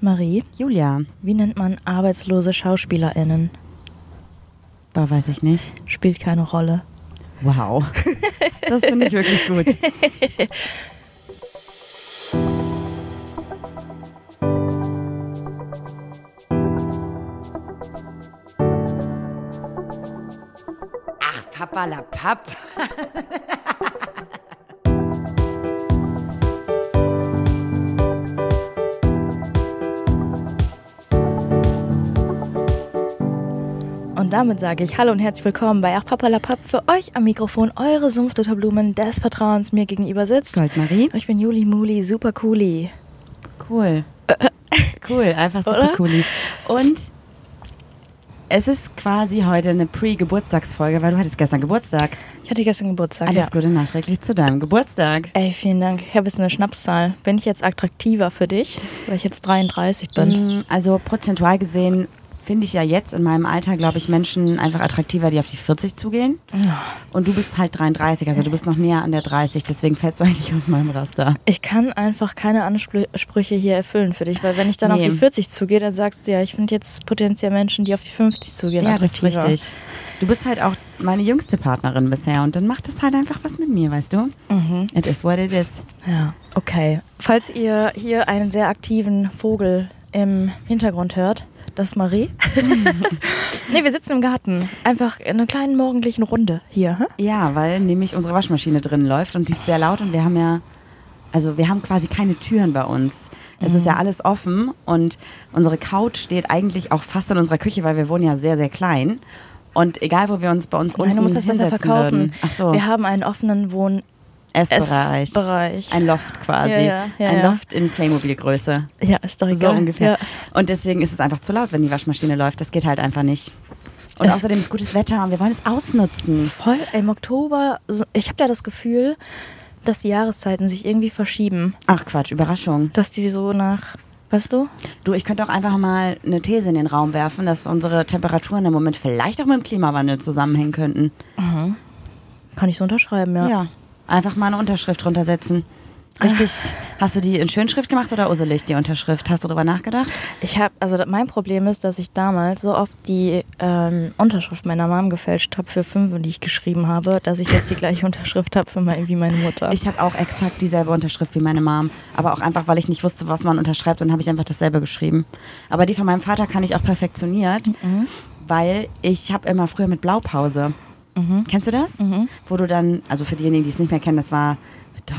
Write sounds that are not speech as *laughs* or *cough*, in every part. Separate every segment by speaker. Speaker 1: Marie,
Speaker 2: Julia,
Speaker 1: wie nennt man arbeitslose SchauspielerInnen?
Speaker 2: boah, weiß ich nicht.
Speaker 1: Spielt keine Rolle.
Speaker 2: Wow. *laughs* Das finde ich wirklich gut.
Speaker 3: Ach, Papalapap.
Speaker 1: Und damit sage ich Hallo und herzlich willkommen bei Ach Papalapap. Für euch am Mikrofon eure Sumpfdutterblumen des Vertrauens mir gegenüber sitzt.
Speaker 2: Goldmarie.
Speaker 1: Ich bin Juli Muli, super cooli.
Speaker 2: Cool. Cool, einfach super
Speaker 1: Oder?
Speaker 2: cool. Und es ist quasi heute eine Pre-Geburtstagsfolge, weil du hattest gestern Geburtstag.
Speaker 1: Ich hatte gestern Geburtstag.
Speaker 2: Alles
Speaker 1: ja.
Speaker 2: Gute nachträglich zu deinem Geburtstag.
Speaker 1: Ey, vielen Dank. Ich habe jetzt eine Schnapszahl. Bin ich jetzt attraktiver für dich, weil ich jetzt 33 bin?
Speaker 2: Mm, Also prozentual gesehen finde ich ja jetzt in meinem Alter, glaube ich, Menschen einfach attraktiver, die auf die 40 zugehen. Und du bist halt 33, also du bist noch näher an der 30, deswegen fällst du *laughs* eigentlich aus meinem Raster.
Speaker 1: Ich kann einfach keine Ansprüche hier erfüllen für dich, weil wenn ich dann auf
Speaker 2: Nee.
Speaker 1: die 40 zugehe, dann sagst du ja, ich finde jetzt potenziell Menschen, die auf die 50 zugehen,
Speaker 2: Ja, das ist
Speaker 1: attraktiver.
Speaker 2: richtig. Du bist halt auch meine jüngste Partnerin bisher und dann macht das halt einfach was mit mir, weißt du?
Speaker 1: Mhm.
Speaker 2: It is what it is.
Speaker 1: Ja, okay. Falls ihr hier einen sehr aktiven Vogel im Hintergrund hört, das ist Marie.
Speaker 2: *laughs*
Speaker 1: nee, wir sitzen im Garten. Einfach in einer kleinen morgendlichen Runde hier. Hä?
Speaker 2: Ja, weil nämlich unsere Waschmaschine drin läuft und die ist sehr laut und wir haben ja, also wir haben quasi keine Türen bei uns. Es ist ja
Speaker 1: Mhm.
Speaker 2: alles offen und unsere Couch steht eigentlich auch fast in unserer Küche, weil wir wohnen ja sehr, sehr klein. Und egal, wo wir uns bei uns unten
Speaker 1: Nein, du musst das besser
Speaker 2: hinsetzen
Speaker 1: verkaufen.
Speaker 2: würden. Ach so,
Speaker 1: Wir haben einen offenen Wohn...
Speaker 2: Essbereich.
Speaker 1: Essbereich.
Speaker 2: Ein Loft quasi.
Speaker 1: Ja, ja, ja,
Speaker 2: Ein
Speaker 1: ja.
Speaker 2: Loft in Playmobil-Größe.
Speaker 1: Ja, ist doch
Speaker 2: So
Speaker 1: egal.
Speaker 2: ungefähr.
Speaker 1: Ja.
Speaker 2: Und deswegen ist es einfach zu laut, wenn die Waschmaschine läuft. Das geht halt einfach nicht. Und
Speaker 1: Es-
Speaker 2: außerdem ist gutes Wetter und wir wollen es ausnutzen.
Speaker 1: Voll, im Oktober, so, ich habe ja das Gefühl, dass die Jahreszeiten sich irgendwie verschieben.
Speaker 2: Ach Quatsch, Überraschung.
Speaker 1: Dass die so nach, weißt du?
Speaker 2: Du, ich könnte auch einfach mal eine These in den Raum werfen, dass unsere Temperaturen im Moment vielleicht auch mit dem Klimawandel zusammenhängen könnten.
Speaker 1: Kann ich so unterschreiben, ja.
Speaker 2: Ja. Einfach mal eine Unterschrift runtersetzen. Richtig. Hast du die in Schönschrift gemacht oder usselig, die Unterschrift? Hast du darüber nachgedacht?
Speaker 1: Ich habe, also da- mein Problem ist, dass ich damals so oft die ähm, Unterschrift meiner Mom gefälscht habe für fünf, die ich geschrieben habe, dass ich jetzt die gleiche *laughs* Unterschrift habe für mein, wie meine Mutter.
Speaker 2: Ich habe auch exakt dieselbe Unterschrift wie meine Mom. Aber auch einfach, weil ich nicht wusste, was man unterschreibt, dann habe ich einfach dasselbe geschrieben. Aber die von meinem Vater kann ich auch perfektioniert, weil ich habe immer früher mit Blaupause.
Speaker 1: Mhm.
Speaker 2: Kennst du das? Wo du dann, also für diejenigen, die es nicht mehr kennen, das war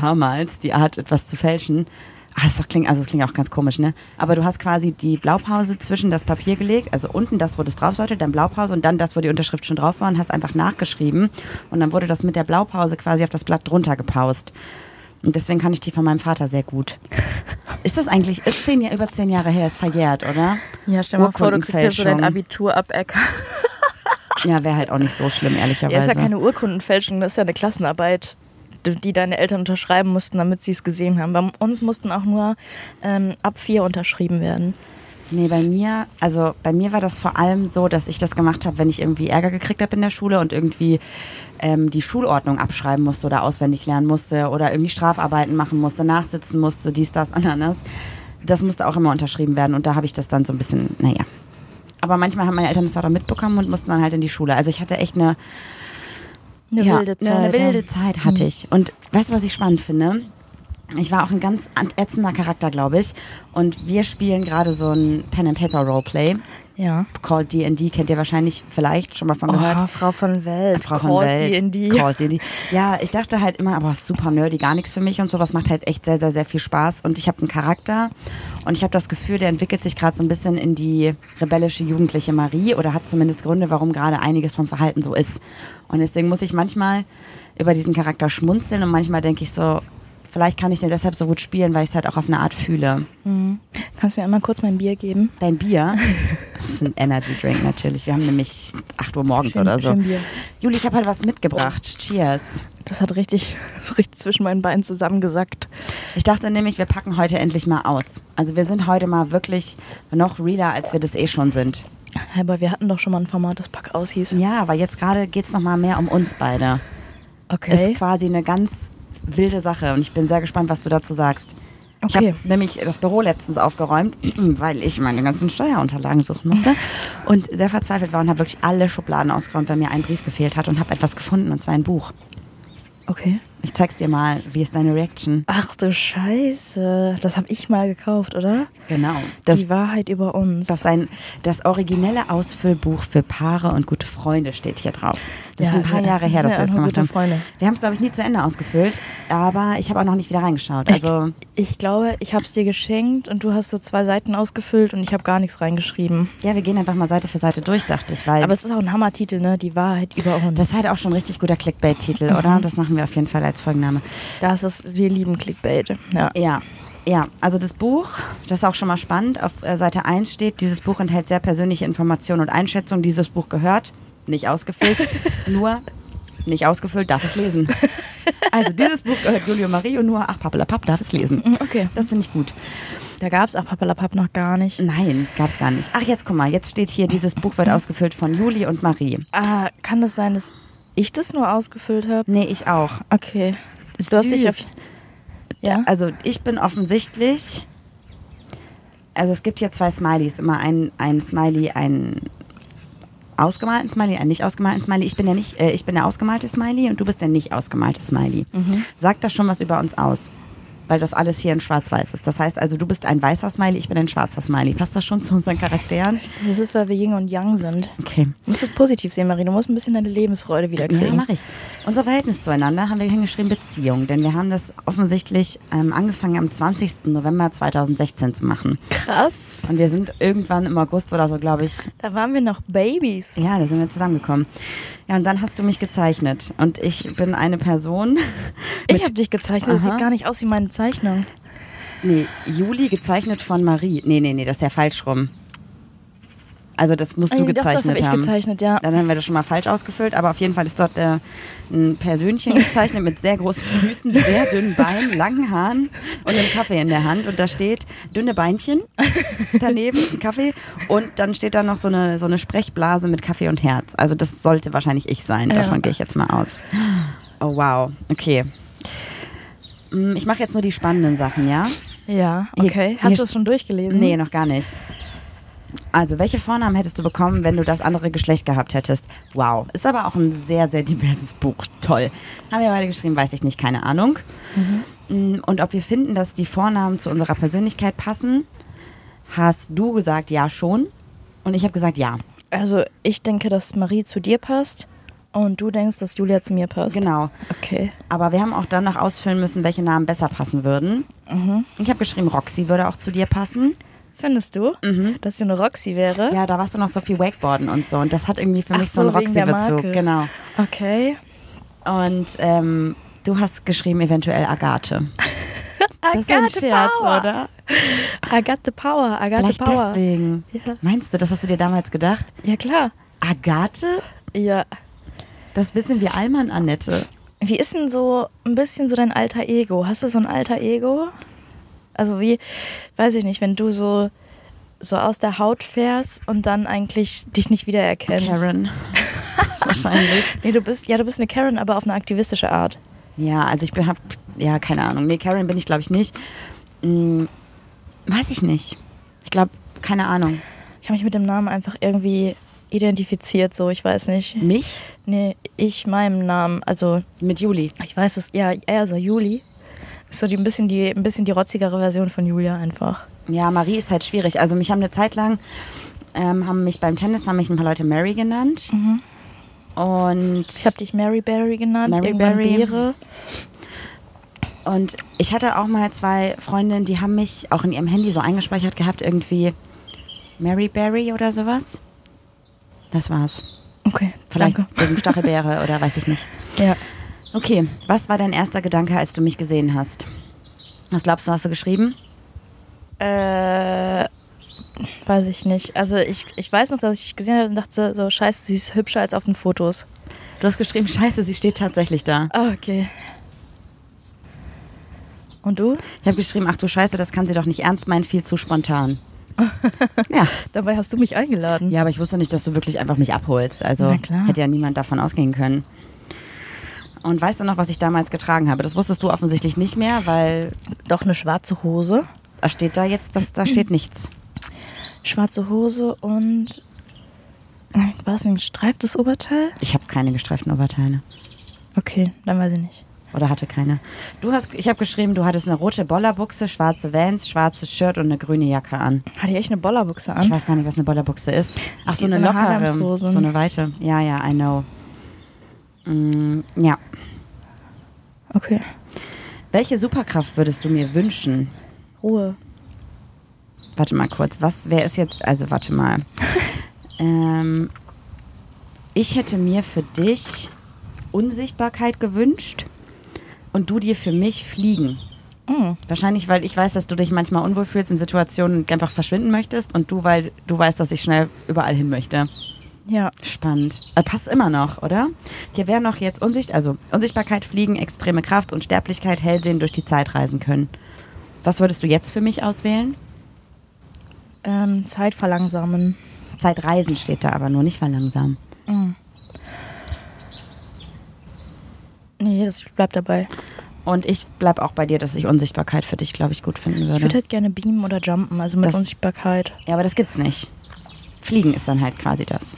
Speaker 2: damals die Art, etwas zu fälschen. Ah, das doch klingt, also das klingt auch ganz komisch, ne? Aber du hast quasi die Blaupause zwischen das Papier gelegt, also unten das, wo das drauf sollte, dann Blaupause und dann das, wo die Unterschrift schon drauf war und hast einfach nachgeschrieben. Und dann wurde das mit der Blaupause quasi auf das Blatt drunter gepaust. Und deswegen kann ich die von meinem Vater sehr gut. Ist das eigentlich, ist zehn, Jahr- über zehn Jahre her, ist verjährt, oder?
Speaker 1: ja, stell dir mal vor, du kriegst jetzt so dein
Speaker 2: Urkundenfälschung.
Speaker 1: Abitur ab Ecker.
Speaker 2: Ja, wäre halt auch nicht so schlimm, ehrlicherweise.
Speaker 1: Ja, ist ja keine Urkundenfälschung, das ist ja eine Klassenarbeit, die die deine Eltern unterschreiben mussten, damit sie es gesehen haben. Bei uns mussten auch nur ähm, ab vier unterschrieben werden.
Speaker 2: Nee, bei mir, also bei mir war das vor allem so, dass ich das gemacht habe, wenn ich irgendwie Ärger gekriegt habe in der Schule und irgendwie ähm, die Schulordnung abschreiben musste oder auswendig lernen musste oder irgendwie Strafarbeiten machen musste, nachsitzen musste, dies, das, anderes. Das musste auch immer unterschrieben werden und da habe ich das dann so ein bisschen, naja. Aber manchmal haben meine Eltern das auch mitbekommen und mussten dann halt in die Schule. Also ich hatte echt eine
Speaker 1: Eine
Speaker 2: ja,
Speaker 1: wilde Zeit.
Speaker 2: eine- Eine
Speaker 1: ja. Hm.
Speaker 2: wilde Zeit hatte ich. Und weißt du, was ich spannend finde? Ich war auch ein ganz ätzender Charakter, glaube ich. Und wir spielen gerade so ein Pen-and-Paper-Roleplay.
Speaker 1: Ja.
Speaker 2: Called D&D kennt ihr wahrscheinlich vielleicht schon mal von gehört.
Speaker 1: Oh, Frau von Welt.
Speaker 2: Frau von
Speaker 1: Call
Speaker 2: Welt.
Speaker 1: D&D.
Speaker 2: Called D&D. Ja, ich dachte halt immer, aber super nerdy, gar nichts für mich und sowas macht halt echt sehr, sehr, sehr viel Spaß. Und ich habe einen Charakter und ich habe das Gefühl, der entwickelt sich gerade so ein bisschen in die rebellische jugendliche Marie oder hat zumindest Gründe, warum gerade einiges vom Verhalten so ist. Und deswegen muss ich manchmal über diesen Charakter schmunzeln und manchmal denke ich so, vielleicht kann ich den deshalb so gut spielen, weil ich es halt auch auf eine Art fühle.
Speaker 1: Kannst du mir einmal kurz mein Bier geben?
Speaker 2: Dein Bier? Das ist ein Energy Drink natürlich. Wir haben nämlich 8 Uhr morgens
Speaker 1: Schön-
Speaker 2: oder so.
Speaker 1: schön Bier.
Speaker 2: Juli, ich habe halt was mitgebracht. Cheers.
Speaker 1: Das hat richtig, *laughs* so richtig zwischen meinen Beinen zusammengesackt.
Speaker 2: Ich dachte nämlich, wir packen heute endlich mal aus. Also wir sind heute mal wirklich noch realer, als wir das eh schon sind.
Speaker 1: Aber wir hatten doch schon mal ein Format, das Pack aushieß.
Speaker 2: Ja, aber jetzt gerade geht es nochmal mehr um uns beide.
Speaker 1: Okay.
Speaker 2: Ist quasi eine ganz wilde Sache und ich bin sehr gespannt, was du dazu sagst. Ich
Speaker 1: Okay.
Speaker 2: habe nämlich das Büro letztens aufgeräumt, *clears throat* weil ich meine ganzen Steuerunterlagen suchen musste und sehr verzweifelt war und habe wirklich alle Schubladen ausgeräumt, weil mir ein Brief gefehlt hat und habe etwas gefunden und zwar ein Buch.
Speaker 1: Okay.
Speaker 2: Ich zeig's dir mal. Wie ist deine Reaction?
Speaker 1: Ach du Scheiße. Das habe ich mal gekauft, oder?
Speaker 2: Genau. Das,
Speaker 1: Die Wahrheit über uns.
Speaker 2: das, ein, das originelle Ausfüllbuch für Paare und gute Freunde steht hier drauf. Das
Speaker 1: Ja,
Speaker 2: ist ein paar
Speaker 1: wir-
Speaker 2: Jahre her,
Speaker 1: wir
Speaker 2: dass wir das
Speaker 1: sind
Speaker 2: gemacht
Speaker 1: gute
Speaker 2: haben.
Speaker 1: Freunde.
Speaker 2: Wir haben es, glaube ich, nie zu Ende ausgefüllt, aber ich habe auch noch nicht wieder reingeschaut. Also
Speaker 1: ich glaube, ich habe es dir geschenkt und du hast so zwei Seiten ausgefüllt und ich habe gar nichts reingeschrieben.
Speaker 2: ja, wir gehen einfach mal Seite für Seite durch, dachte ich, weil
Speaker 1: Aber es ist auch ein Hammertitel, ne? Die Wahrheit über uns.
Speaker 2: das ist halt auch schon ein richtig guter
Speaker 1: Mhm.
Speaker 2: Clickbait-Titel, oder? Das machen wir auf jeden Fall als Folgenname.
Speaker 1: das ist, wir lieben Clickbait. Ja.
Speaker 2: Ja, ja. Also das Buch, das ist auch schon mal spannend, auf äh, Seite 1 steht, dieses Buch enthält sehr persönliche Informationen und Einschätzungen. Dieses Buch gehört,
Speaker 1: *laughs*
Speaker 2: nicht ausgefüllt, nur nicht ausgefüllt, darf es lesen. Also dieses Buch gehört Julio Marie und nur, ach Pappelapapp, darf es lesen.
Speaker 1: Hm, Okay.
Speaker 2: Das finde ich gut.
Speaker 1: Da gab es auch Papalapap noch gar nicht.
Speaker 2: Nein, gab's gar nicht. Ach, jetzt guck mal, jetzt steht hier, dieses Buch
Speaker 1: Mhm.
Speaker 2: wird ausgefüllt von Juli und Marie.
Speaker 1: Ah, kann das sein, dass ich das nur ausgefüllt habe?
Speaker 2: Nee, ich auch.
Speaker 1: Okay. Du hast dich auf.
Speaker 2: Süß.
Speaker 1: Ja?
Speaker 2: Also ich bin offensichtlich. Also es gibt hier zwei Smileys. Immer ein, ein Smiley, ein ausgemalten Smiley, ein nicht ausgemalten Smiley. Ich bin der nicht, äh, ich bin der ausgemalte Smiley und du bist der nicht ausgemalte Smiley. Sagt das schon was über uns aus? Weil das alles hier in Schwarz-Weiß ist. Das heißt also, du bist ein weißer Smiley, ich bin ein schwarzer Smiley. Passt das schon zu unseren Charakteren?
Speaker 1: das ist, weil wir Yin und Yang sind.
Speaker 2: Okay.
Speaker 1: Du musst es positiv sehen, Marie. Du musst ein bisschen deine Lebensfreude
Speaker 2: Ja,
Speaker 1: wiederkriegen.
Speaker 2: mache ich. Unser Verhältnis zueinander haben wir hingeschrieben Beziehung, denn wir haben das offensichtlich ähm, angefangen am 20. November 2016 zu machen.
Speaker 1: Krass.
Speaker 2: Und wir sind irgendwann im August oder so, glaube ich.
Speaker 1: Da waren wir noch Babys.
Speaker 2: Ja, da sind wir zusammengekommen. Ja, und dann hast du mich gezeichnet. Und ich bin eine Person. *laughs*
Speaker 1: Ich habe dich gezeichnet. Das
Speaker 2: Aha.
Speaker 1: sieht gar nicht aus wie meine Zeichnung.
Speaker 2: Nee, Juli gezeichnet von Marie. Nee, nee, nee, das ist ja falsch rum. Also das musst du
Speaker 1: Äh, Doch, das
Speaker 2: gezeichnet
Speaker 1: hab ich
Speaker 2: haben.
Speaker 1: gezeichnet, ja.
Speaker 2: Dann haben wir das schon mal falsch ausgefüllt, aber auf jeden Fall ist dort äh, ein Persönchen gezeichnet mit sehr großen Füßen, sehr dünnen Beinen, langen Haaren und einem Kaffee in der Hand. Und da steht dünne Beinchen daneben, ein Kaffee. Und dann steht da noch so eine, so eine Sprechblase mit Kaffee und Herz. Also das sollte wahrscheinlich ich sein, davon gehe ich jetzt mal aus. Oh wow, okay. Mm, Ich mache jetzt nur die spannenden Sachen, ja?
Speaker 1: Ja,
Speaker 2: Hier-
Speaker 1: okay.
Speaker 2: hier-
Speaker 1: Hast du es schon durchgelesen?
Speaker 2: Nee, noch gar nicht. Also, welche Vornamen hättest du bekommen, wenn du das andere Geschlecht gehabt hättest? Wow. Ist aber auch ein sehr, sehr diverses Buch. Toll. Haben wir beide geschrieben, weiß ich nicht, keine Ahnung.
Speaker 1: Mhm.
Speaker 2: Mm, Und ob wir finden, dass die Vornamen zu unserer Persönlichkeit passen, hast du gesagt, ja, schon. Und ich habe gesagt, ja.
Speaker 1: Also, ich denke, dass Marie zu dir passt und du denkst, dass Julia zu mir passt.
Speaker 2: Genau.
Speaker 1: Okay.
Speaker 2: Aber wir haben auch dann noch ausfüllen müssen, welche Namen besser passen würden.
Speaker 1: Mhm.
Speaker 2: Ich habe geschrieben, Roxy würde auch zu dir passen.
Speaker 1: Findest du, dass sie eine Roxy wäre?
Speaker 2: Mhm. Ja, da warst du noch so viel Wakeboarden und so. Und das hat irgendwie für
Speaker 1: Ach
Speaker 2: mich so einen
Speaker 1: so, wegen der
Speaker 2: Roxy-Bezug.
Speaker 1: Marke.
Speaker 2: Genau.
Speaker 1: Okay.
Speaker 2: Und ähm, du hast geschrieben, eventuell Agathe. Das ist ein
Speaker 1: Agathe
Speaker 2: Scherz,
Speaker 1: Bauer.
Speaker 2: oder?
Speaker 1: Agathe Power, Agathe
Speaker 2: Vielleicht
Speaker 1: Power.
Speaker 2: deswegen.
Speaker 1: Ja.
Speaker 2: Meinst du, das hast du dir damals gedacht?
Speaker 1: Ja, klar.
Speaker 2: Agathe?
Speaker 1: Ja.
Speaker 2: Das ist ein bisschen wie Alman Annette.
Speaker 1: Wie ist denn so ein bisschen so dein alter Ego? Hast du so ein alter Ego? Also wie, weiß ich nicht, wenn du so, so aus der Haut fährst und dann eigentlich dich nicht wiedererkennst.
Speaker 2: Karen. Wahrscheinlich.
Speaker 1: Nee, du bist, ja, du bist eine Karen, aber auf eine aktivistische Art.
Speaker 2: Ja, also ich bin, hab, ja, keine Ahnung. Nee, Karen bin ich, glaube ich, nicht. Hm, weiß ich nicht. Ich glaube, keine Ahnung.
Speaker 1: Ich habe mich mit dem Namen einfach irgendwie identifiziert, so, ich weiß nicht.
Speaker 2: Mich?
Speaker 1: Nee, ich meinem Namen, also
Speaker 2: Mit Juli.
Speaker 1: ich weiß es, ja, eher so Juli. Ist so die, ein, bisschen die, ein bisschen die rotzigere Version von Julia einfach.
Speaker 2: Ja, Marie ist halt schwierig. Also mich haben eine Zeit lang, ähm, haben mich beim Tennis, haben mich ein paar Leute Mary genannt. Und
Speaker 1: Mhm. Ich habe dich Mary Berry genannt,
Speaker 2: Mary
Speaker 1: irgendwann
Speaker 2: Berry.
Speaker 1: Beere.
Speaker 2: Und ich hatte auch mal zwei Freundinnen, die haben mich auch in ihrem Handy so eingespeichert gehabt, irgendwie Mary Berry oder sowas. Das war's.
Speaker 1: Okay,
Speaker 2: Vielleicht
Speaker 1: danke.
Speaker 2: wegen Stachelbeere oder weiß ich nicht.
Speaker 1: Ja.
Speaker 2: Okay, was war dein erster Gedanke, als du mich gesehen hast? Was glaubst du, hast du geschrieben?
Speaker 1: Äh, weiß ich nicht. Also ich, ich weiß noch, dass ich dich gesehen habe und dachte so, scheiße, sie ist hübscher als auf den Fotos.
Speaker 2: Du hast geschrieben, scheiße, sie steht tatsächlich da.
Speaker 1: Ah, okay. Und du?
Speaker 2: Ich habe geschrieben, ach du Scheiße, das kann sie doch nicht ernst meinen, viel zu spontan. ja.
Speaker 1: Dabei hast du mich eingeladen.
Speaker 2: Ja, aber ich wusste nicht, dass du wirklich einfach mich abholst. Also
Speaker 1: Na klar.
Speaker 2: hätte ja niemand davon ausgehen können. Und weißt du noch, was ich damals getragen habe? Das wusstest du offensichtlich nicht mehr, weil
Speaker 1: Doch eine schwarze Hose.
Speaker 2: da steht da jetzt, das, da steht nichts.
Speaker 1: Schwarze Hose und. äh, War es ein gestreiftes Oberteil?
Speaker 2: Ich habe keine gestreiften Oberteile.
Speaker 1: Okay, dann weiß ich nicht.
Speaker 2: Oder hatte keine. Du hast, ich habe geschrieben, du hattest eine rote Bollerbuchse, schwarze Vans, schwarzes Shirt und eine grüne Jacke an.
Speaker 1: Hatte ich echt eine Bollerbuchse
Speaker 2: Ich
Speaker 1: an?
Speaker 2: weiß gar nicht, was eine Bollerbuchse ist. Ach, so
Speaker 1: Die-
Speaker 2: eine,
Speaker 1: so eine
Speaker 2: lockere,
Speaker 1: Haarlamshose.
Speaker 2: so eine weite. Ja, ja, I know. Mm, ja.
Speaker 1: Okay.
Speaker 2: Welche Superkraft würdest du mir wünschen?
Speaker 1: Ruhe.
Speaker 2: Warte mal kurz, was, wer ist jetzt, also warte mal. ähm, ich hätte mir für dich Unsichtbarkeit gewünscht und du dir für mich Fliegen.
Speaker 1: Hm.
Speaker 2: Wahrscheinlich, weil ich weiß, dass du dich manchmal unwohl fühlst in Situationen und einfach verschwinden möchtest und du, weil du weißt, dass ich schnell überall hin möchte.
Speaker 1: Ja.
Speaker 2: Spannend. Äh, passt immer noch, oder? Hier wäre noch jetzt Unsicht, also Unsichtbarkeit, Fliegen, extreme Kraft, Unsterblichkeit, Hellsehen durch die Zeit reisen können. Was würdest du jetzt für mich auswählen?
Speaker 1: Ähm, Zeit verlangsamen.
Speaker 2: Zeitreisen steht da aber nur, nicht verlangsamen.
Speaker 1: Nee, das bleibt dabei.
Speaker 2: Und ich bleib auch bei dir, dass ich Unsichtbarkeit für dich, glaube ich, gut finden
Speaker 1: Ich würde
Speaker 2: würde.
Speaker 1: halt gerne beamen oder jumpen, also mit
Speaker 2: Das-
Speaker 1: Unsichtbarkeit.
Speaker 2: Ja, aber das gibt's nicht. Fliegen ist dann halt quasi das.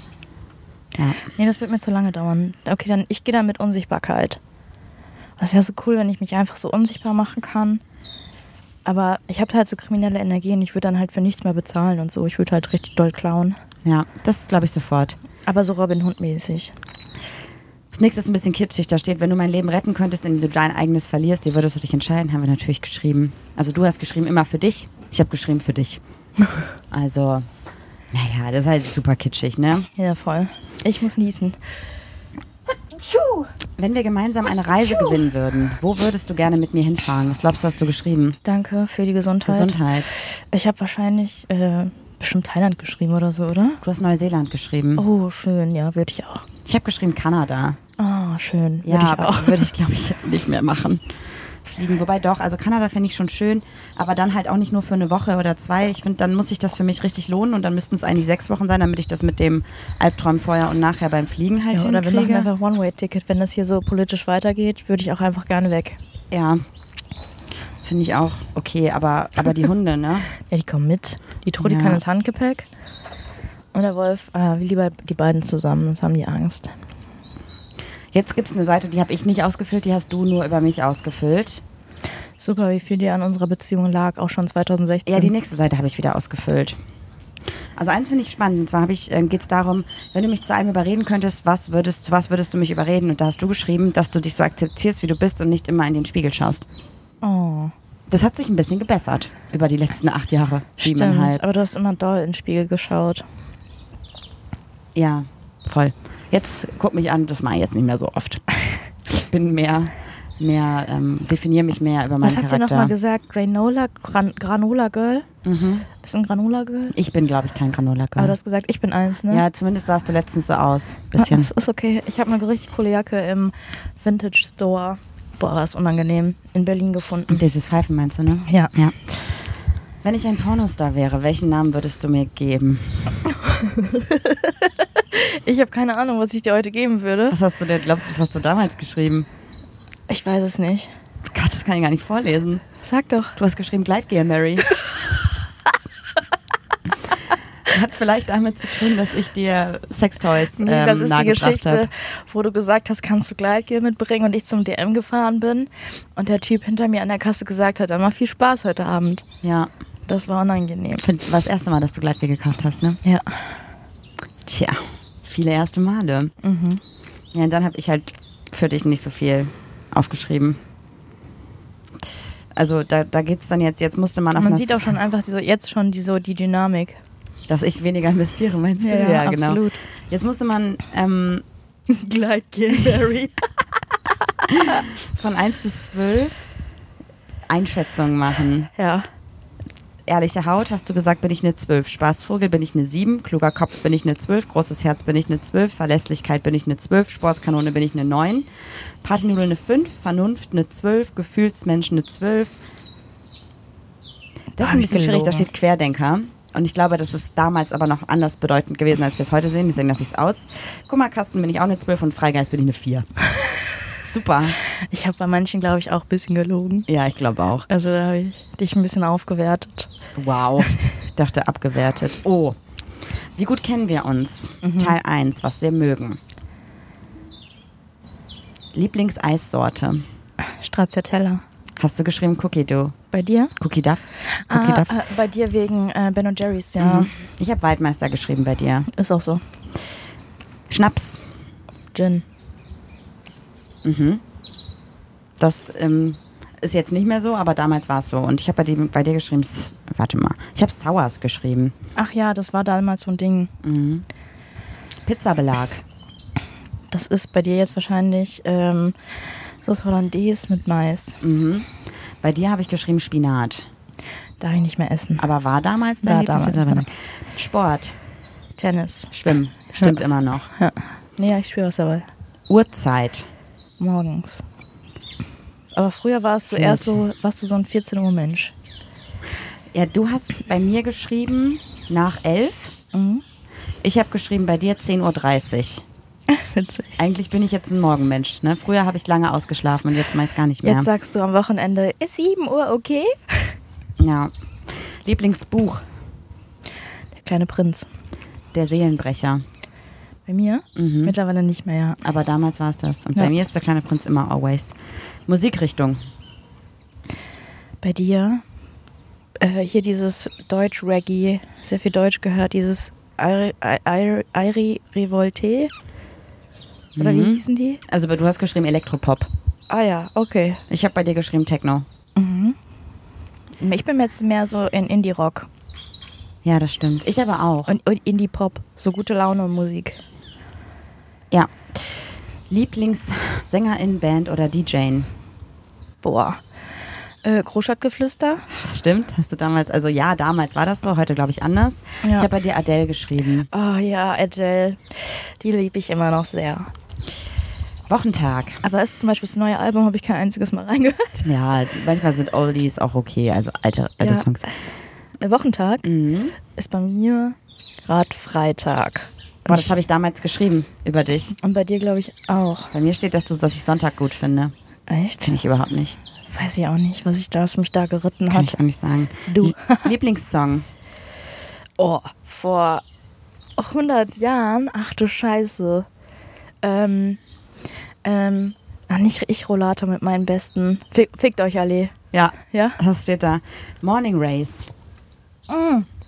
Speaker 2: Ja.
Speaker 1: Nee, das wird mir zu lange dauern. Okay, dann ich gehe dann mit Unsichtbarkeit. Das wäre so cool, wenn ich mich einfach so unsichtbar machen kann. Aber ich habe halt so kriminelle Energien. Ich würde dann halt für nichts mehr bezahlen und so. Ich würde halt richtig doll klauen.
Speaker 2: Ja, das glaube ich sofort.
Speaker 1: Aber so Robin Hood mäßig.
Speaker 2: Das nächste ist ein bisschen kitschig. Da steht, wenn du mein Leben retten könntest, indem du dein eigenes verlierst, dir würdest du dich entscheiden, haben wir natürlich geschrieben. Also du hast geschrieben immer für dich. Ich habe geschrieben
Speaker 1: *laughs*
Speaker 2: für dich. Also, naja, das ist halt super kitschig, ne?
Speaker 1: Ja, voll. Ich muss niesen.
Speaker 2: Wenn wir gemeinsam eine Reise gewinnen würden, wo würdest du gerne mit mir hinfahren? Was glaubst du, hast du geschrieben?
Speaker 1: Danke für die Gesundheit.
Speaker 2: Gesundheit.
Speaker 1: Ich habe wahrscheinlich äh, bestimmt Thailand geschrieben oder so, oder?
Speaker 2: Du hast Neuseeland geschrieben.
Speaker 1: Oh, schön. Ja, würde ich auch.
Speaker 2: Ich habe geschrieben Kanada.
Speaker 1: Ah, schön.
Speaker 2: Ja,
Speaker 1: würde ich
Speaker 2: aber
Speaker 1: auch.
Speaker 2: das würde ich, glaube ich, jetzt nicht mehr machen. Fliegen. Wobei doch, also Kanada fände ich schon schön, aber dann halt auch nicht nur für eine Woche oder zwei. Ich finde, dann muss sich das für mich richtig lohnen und dann müssten es eigentlich sechs Wochen sein, damit ich das mit dem Albtraum vorher und nachher beim Fliegen halt
Speaker 1: Ja, oder wir machen
Speaker 2: hinkriege.
Speaker 1: einfach One-Way-Ticket. Wenn das hier so politisch weitergeht, würde ich auch einfach gerne weg.
Speaker 2: ja. Das finde ich auch okay, aber, aber die
Speaker 1: *laughs*
Speaker 2: Hunde, ne?
Speaker 1: Ja, die kommen mit. Die Trudi
Speaker 2: Ja.
Speaker 1: kann ins Handgepäck. Und der Wolf, äh, wie lieber die beiden zusammen, sonst haben die Angst.
Speaker 2: Jetzt gibt es eine Seite, die habe ich nicht ausgefüllt, die hast du nur über mich ausgefüllt.
Speaker 1: Super, wie viel dir an unserer Beziehung lag, auch schon 2016.
Speaker 2: Ja, die nächste Seite habe ich wieder ausgefüllt. Also eins finde ich spannend. Und zwar äh, geht es darum, wenn du mich zu einem überreden könntest, was würdest, zu was würdest du mich überreden? Und da hast du geschrieben, dass du dich so akzeptierst, wie du bist und nicht immer in den Spiegel schaust.
Speaker 1: oh,
Speaker 2: Das hat sich ein bisschen gebessert über die letzten acht Jahre.
Speaker 1: stimmt.
Speaker 2: Siebeneinhalb.
Speaker 1: Aber du hast immer doll in den Spiegel geschaut.
Speaker 2: Ja, voll. Jetzt guck mich an, das mache ich jetzt nicht mehr so oft. Ich bin mehr, mehr, ähm, definiere mich mehr über meinen
Speaker 1: Was habt ihr
Speaker 2: Charakter.
Speaker 1: nochmal gesagt? Granola, Gran Granola Girl? Bist du ein Granola Girl?
Speaker 2: ich bin, glaube ich, kein granola
Speaker 1: Aber du hast gesagt, ich bin eins, ne?
Speaker 2: Ja, zumindest sahst du letztens so aus.
Speaker 1: Ah,
Speaker 2: Bisschen.
Speaker 1: Das ist okay. Ich habe eine richtig coole Jacke im Vintage Store. Boah, war das unangenehm. In Berlin gefunden.
Speaker 2: Dieses Pfeifen meinst du, ne?
Speaker 1: Ja.
Speaker 2: Ja. Wenn ich ein Pornostar wäre, welchen Namen würdest du mir geben?
Speaker 1: Ich habe keine Ahnung, was ich dir heute geben würde.
Speaker 2: Was hast du denn, glaubst du, was hast du damals geschrieben?
Speaker 1: Ich weiß es nicht.
Speaker 2: Gott, das kann ich gar nicht vorlesen.
Speaker 1: Sag doch.
Speaker 2: Du hast geschrieben
Speaker 1: *laughs*
Speaker 2: Gleitgel, Mary. Hat vielleicht damit zu tun, dass ich dir Sextoys ähm,
Speaker 1: Nee, das ist die
Speaker 2: nahegebracht
Speaker 1: Geschichte,
Speaker 2: habe.
Speaker 1: wo du gesagt hast, kannst du Gleitgel mitbringen und ich zum DM gefahren bin und der Typ hinter mir an der Kasse gesagt hat, dann mal viel Spaß heute Abend.
Speaker 2: Ja,
Speaker 1: Das war unangenehm.
Speaker 2: Find- war das erste Mal, dass du Gleitgel gekauft hast, ne?
Speaker 1: Ja.
Speaker 2: Tja, viele erste Male.
Speaker 1: Mhm.
Speaker 2: Ja, und dann habe ich halt für dich nicht so viel aufgeschrieben. Also da, da geht es dann jetzt, jetzt musste man auf
Speaker 1: Man
Speaker 2: das,
Speaker 1: sieht auch schon einfach diese, jetzt schon die, so die Dynamik.
Speaker 2: dass ich weniger investiere, meinst
Speaker 1: Ja,
Speaker 2: du? genau.
Speaker 1: ja, absolut.
Speaker 2: Jetzt musste man
Speaker 1: *laughs*
Speaker 2: ähm,
Speaker 1: Gleitgel, Mary.
Speaker 2: *laughs* von 1 bis 12 Einschätzungen machen.
Speaker 1: Ja.
Speaker 2: Ehrliche Haut, hast du gesagt, bin ich eine 12. Spaßvogel bin ich eine 7. Kluger Kopf bin ich eine 12. Großes Herz bin ich eine 12. Verlässlichkeit bin ich eine 12. Sportskanone bin ich eine 9. Partynudel eine 5. Vernunft eine 12. Gefühlsmensch eine 12. Das ist
Speaker 1: Hab
Speaker 2: ein
Speaker 1: ich
Speaker 2: bisschen schwierig, da
Speaker 1: gelogen.
Speaker 2: steht Querdenker. Und ich glaube, das ist damals aber noch anders bedeutend gewesen, als wir es heute sehen. Deswegen lasse ich es aus. Kummerkasten bin ich auch eine 12 und Freigeist bin ich eine 4. super.
Speaker 1: Ich habe bei manchen, glaube ich, auch ein bisschen gelogen.
Speaker 2: Ja, ich glaube auch.
Speaker 1: Also da habe ich dich ein bisschen aufgewertet.
Speaker 2: Wow. Ich dachte abgewertet. Oh. Wie gut kennen wir uns?
Speaker 1: Mhm.
Speaker 2: Teil 1, was wir mögen. Lieblingseissorte.
Speaker 1: Stracciatella.
Speaker 2: Hast du geschrieben Cookie Dough?
Speaker 1: Bei dir?
Speaker 2: Cookie Duff? Cookie
Speaker 1: ah,
Speaker 2: Duff? Mhm.
Speaker 1: äh, bei dir wegen äh, Ben und Jerry's, ja.
Speaker 2: Ich habe Waldmeister geschrieben bei dir.
Speaker 1: Ist auch so.
Speaker 2: Schnaps.
Speaker 1: Gin.
Speaker 2: Das ähm, ist jetzt nicht mehr so, aber damals war es so. Und ich habe bei, dir- bei dir geschrieben, S- warte mal, ich habe Sours geschrieben.
Speaker 1: Ach ja, das war damals so ein Ding. *laughs*
Speaker 2: Pizzabelag.
Speaker 1: Das ist bei dir jetzt wahrscheinlich ähm, Sauce Hollandaise mit Mais.
Speaker 2: Mhm. Bei dir habe ich geschrieben Spinat.
Speaker 1: Darf ich nicht mehr essen.
Speaker 2: Aber war damals dein
Speaker 1: War
Speaker 2: Lieblings-
Speaker 1: damals,
Speaker 2: Pizzabelag? Sport,
Speaker 1: Tennis.
Speaker 2: Schwimmen, stimmt immer noch.
Speaker 1: Ja. Nee, ich spiele was dabei.
Speaker 2: Uhrzeit.
Speaker 1: Morgens. Aber früher warst du
Speaker 2: Fünf.
Speaker 1: erst so, warst du so ein 14 Uhr Mensch.
Speaker 2: Ja, du hast bei mir geschrieben nach 11.
Speaker 1: Mhm.
Speaker 2: Ich habe geschrieben bei dir 10.30 Uhr.
Speaker 1: *laughs* Witzig.
Speaker 2: Eigentlich bin ich jetzt ein Morgenmensch. Ne? Früher habe ich lange ausgeschlafen und jetzt meist gar nicht mehr.
Speaker 1: Jetzt sagst du am Wochenende, ist 7 Uhr okay?
Speaker 2: ja. Lieblingsbuch,
Speaker 1: Der kleine Prinz.
Speaker 2: Der Seelenbrecher.
Speaker 1: Bei mir? Mittlerweile nicht mehr, ja.
Speaker 2: Aber damals war es das. Und
Speaker 1: Ja.
Speaker 2: bei mir ist der kleine Prinz immer always. Musikrichtung.
Speaker 1: Bei dir? Äh, hier dieses Deutsch-Reggae, sehr viel Deutsch gehört, dieses Airi- Airi Airi Revolte. Oder wie hießen die?
Speaker 2: Also du hast geschrieben Elektropop.
Speaker 1: Ah ja, okay.
Speaker 2: Ich habe bei dir geschrieben Techno.
Speaker 1: Ich bin jetzt mehr so in Indie-Rock
Speaker 2: Ja, das stimmt. Ich aber auch.
Speaker 1: und, und Indie-Pop. So gute Laune und Musik.
Speaker 2: ja. Lieblingssängerin, Band oder DJ?
Speaker 1: Boah. Äh, Großstadtgeflüster?
Speaker 2: Das stimmt. Hast du damals, also ja, damals war das so, heute glaube ich anders.
Speaker 1: Ja.
Speaker 2: Ich habe bei dir Adele geschrieben.
Speaker 1: Oh ja, Adele. Die liebe ich immer noch sehr.
Speaker 2: Wochentag.
Speaker 1: Aber ist zum Beispiel das neue Album, habe ich kein einziges Mal *laughs* reingehört.
Speaker 2: Ja, manchmal sind Oldies auch okay, also alte, alte
Speaker 1: Ja.
Speaker 2: Songs.
Speaker 1: Der Wochentag ist bei mir gerade Freitag.
Speaker 2: Boah, das habe ich damals geschrieben über dich.
Speaker 1: Und bei dir glaube ich auch.
Speaker 2: Bei mir steht, dass du, dass ich Sonntag gut finde.
Speaker 1: Echt?
Speaker 2: Finde ich überhaupt nicht.
Speaker 1: Weiß ich auch nicht, was ich da, was mich da geritten
Speaker 2: Kann
Speaker 1: hat.
Speaker 2: ich auch nicht sagen.
Speaker 1: Du.
Speaker 2: Lie- Lieblingssong.
Speaker 1: Oh, vor 100 Jahren, ach du Scheiße. Ähm, ähm, ach nicht ich Rollator mit meinen Besten. Fick, fickt euch alle.
Speaker 2: Ja.
Speaker 1: Ja?
Speaker 2: Das steht da. Morning Race.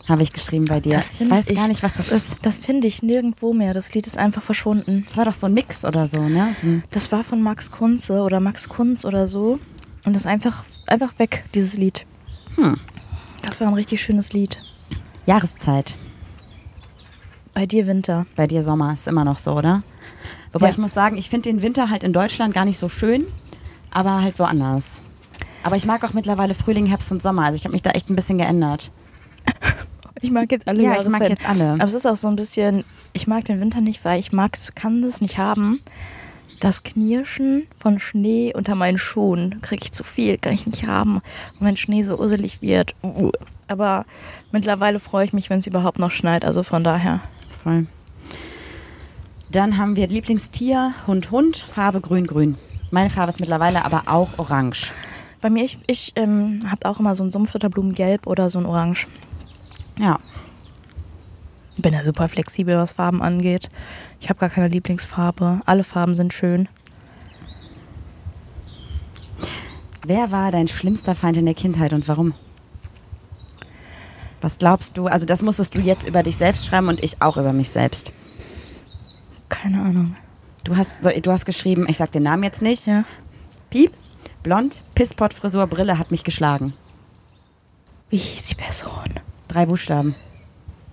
Speaker 2: Habe ich geschrieben bei dir.
Speaker 1: Mm. Das
Speaker 2: ich
Speaker 1: find
Speaker 2: weiß
Speaker 1: ich-
Speaker 2: gar nicht, was das ist.
Speaker 1: Das finde ich nirgendwo mehr. Das Lied ist einfach verschwunden.
Speaker 2: Das war doch so ein Mix oder so, ne? So ein,
Speaker 1: Das war von Max Kunze oder Max Kunz oder so. Und das ist einfach, einfach weg, dieses Lied.
Speaker 2: Hm.
Speaker 1: Das war ein richtig schönes Lied.
Speaker 2: Jahreszeit.
Speaker 1: Bei dir Winter.
Speaker 2: Bei dir Sommer ist immer noch so, oder? Wobei
Speaker 1: Ja.
Speaker 2: ich muss sagen, ich finde den Winter halt in Deutschland gar nicht so schön, aber halt woanders. Aber ich mag auch mittlerweile Frühling, Herbst und Sommer. Also ich habe mich da echt ein bisschen geändert.
Speaker 1: Ich mag jetzt alle
Speaker 2: Ja, ich mag
Speaker 1: Jahreszeiten.
Speaker 2: jetzt alle.
Speaker 1: Aber es ist auch so ein bisschen, ich mag den Winter nicht, weil ich mag, kann das nicht haben. Das Knirschen von Schnee unter meinen Schuhen kriege ich zu viel, kann ich nicht haben. Und wenn Schnee so urselig wird. uh. Aber mittlerweile freue ich mich, wenn es überhaupt noch schneit. Also von daher.
Speaker 2: Voll. Dann haben wir Lieblingstier, Hund, Hund, Farbe grün, grün. Meine Farbe ist mittlerweile aber auch orange.
Speaker 1: Bei mir, ich, ich ähm, habe auch immer so ein Sumpfutterblumengelb oder so ein Orange.
Speaker 2: Ja,
Speaker 1: Ich bin ja super flexibel, was Farben angeht. Ich habe gar keine Lieblingsfarbe. Alle Farben sind schön.
Speaker 2: Wer war dein schlimmster Feind in der Kindheit und warum? Was glaubst du? Also das musstest du jetzt über dich selbst schreiben und ich auch über mich selbst.
Speaker 1: Keine Ahnung.
Speaker 2: Du hast, so, du hast geschrieben, ich sag den Namen jetzt nicht.
Speaker 1: Tja,
Speaker 2: Piep, blond, Pisspot, Frisur, Brille hat mich geschlagen.
Speaker 1: wie hieß die Person?
Speaker 2: Drei Buchstaben.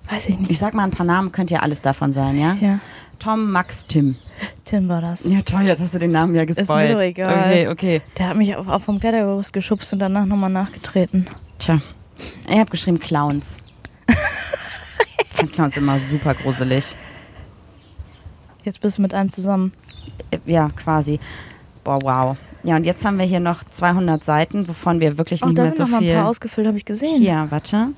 Speaker 1: Weiß ich
Speaker 2: Ich
Speaker 1: nicht.
Speaker 2: sag mal ein paar Namen, könnte ja alles davon sein, ja?
Speaker 1: Ja.
Speaker 2: Tom, Max, Tim.
Speaker 1: Tim war das.
Speaker 2: Ja toll, jetzt hast du den Namen ja gespoilt.
Speaker 1: Ist mir doch egal.
Speaker 2: Okay, okay.
Speaker 1: Der hat mich auf, auf vom Klettergerüst geschubst und danach nochmal nachgetreten.
Speaker 2: Tja. Ich habe
Speaker 1: *laughs*
Speaker 2: geschrieben Clowns. ich fand Clowns immer super gruselig.
Speaker 1: Jetzt bist du mit einem zusammen.
Speaker 2: ja, quasi. Boah, wow. Ja, und jetzt haben wir hier noch 200 Seiten, wovon wir wirklich
Speaker 1: Ach,
Speaker 2: nicht
Speaker 1: da
Speaker 2: mehr
Speaker 1: sind
Speaker 2: so
Speaker 1: noch mal ein
Speaker 2: viel.
Speaker 1: paar ausgefüllt, habe ich gesehen.
Speaker 2: Hier, warte.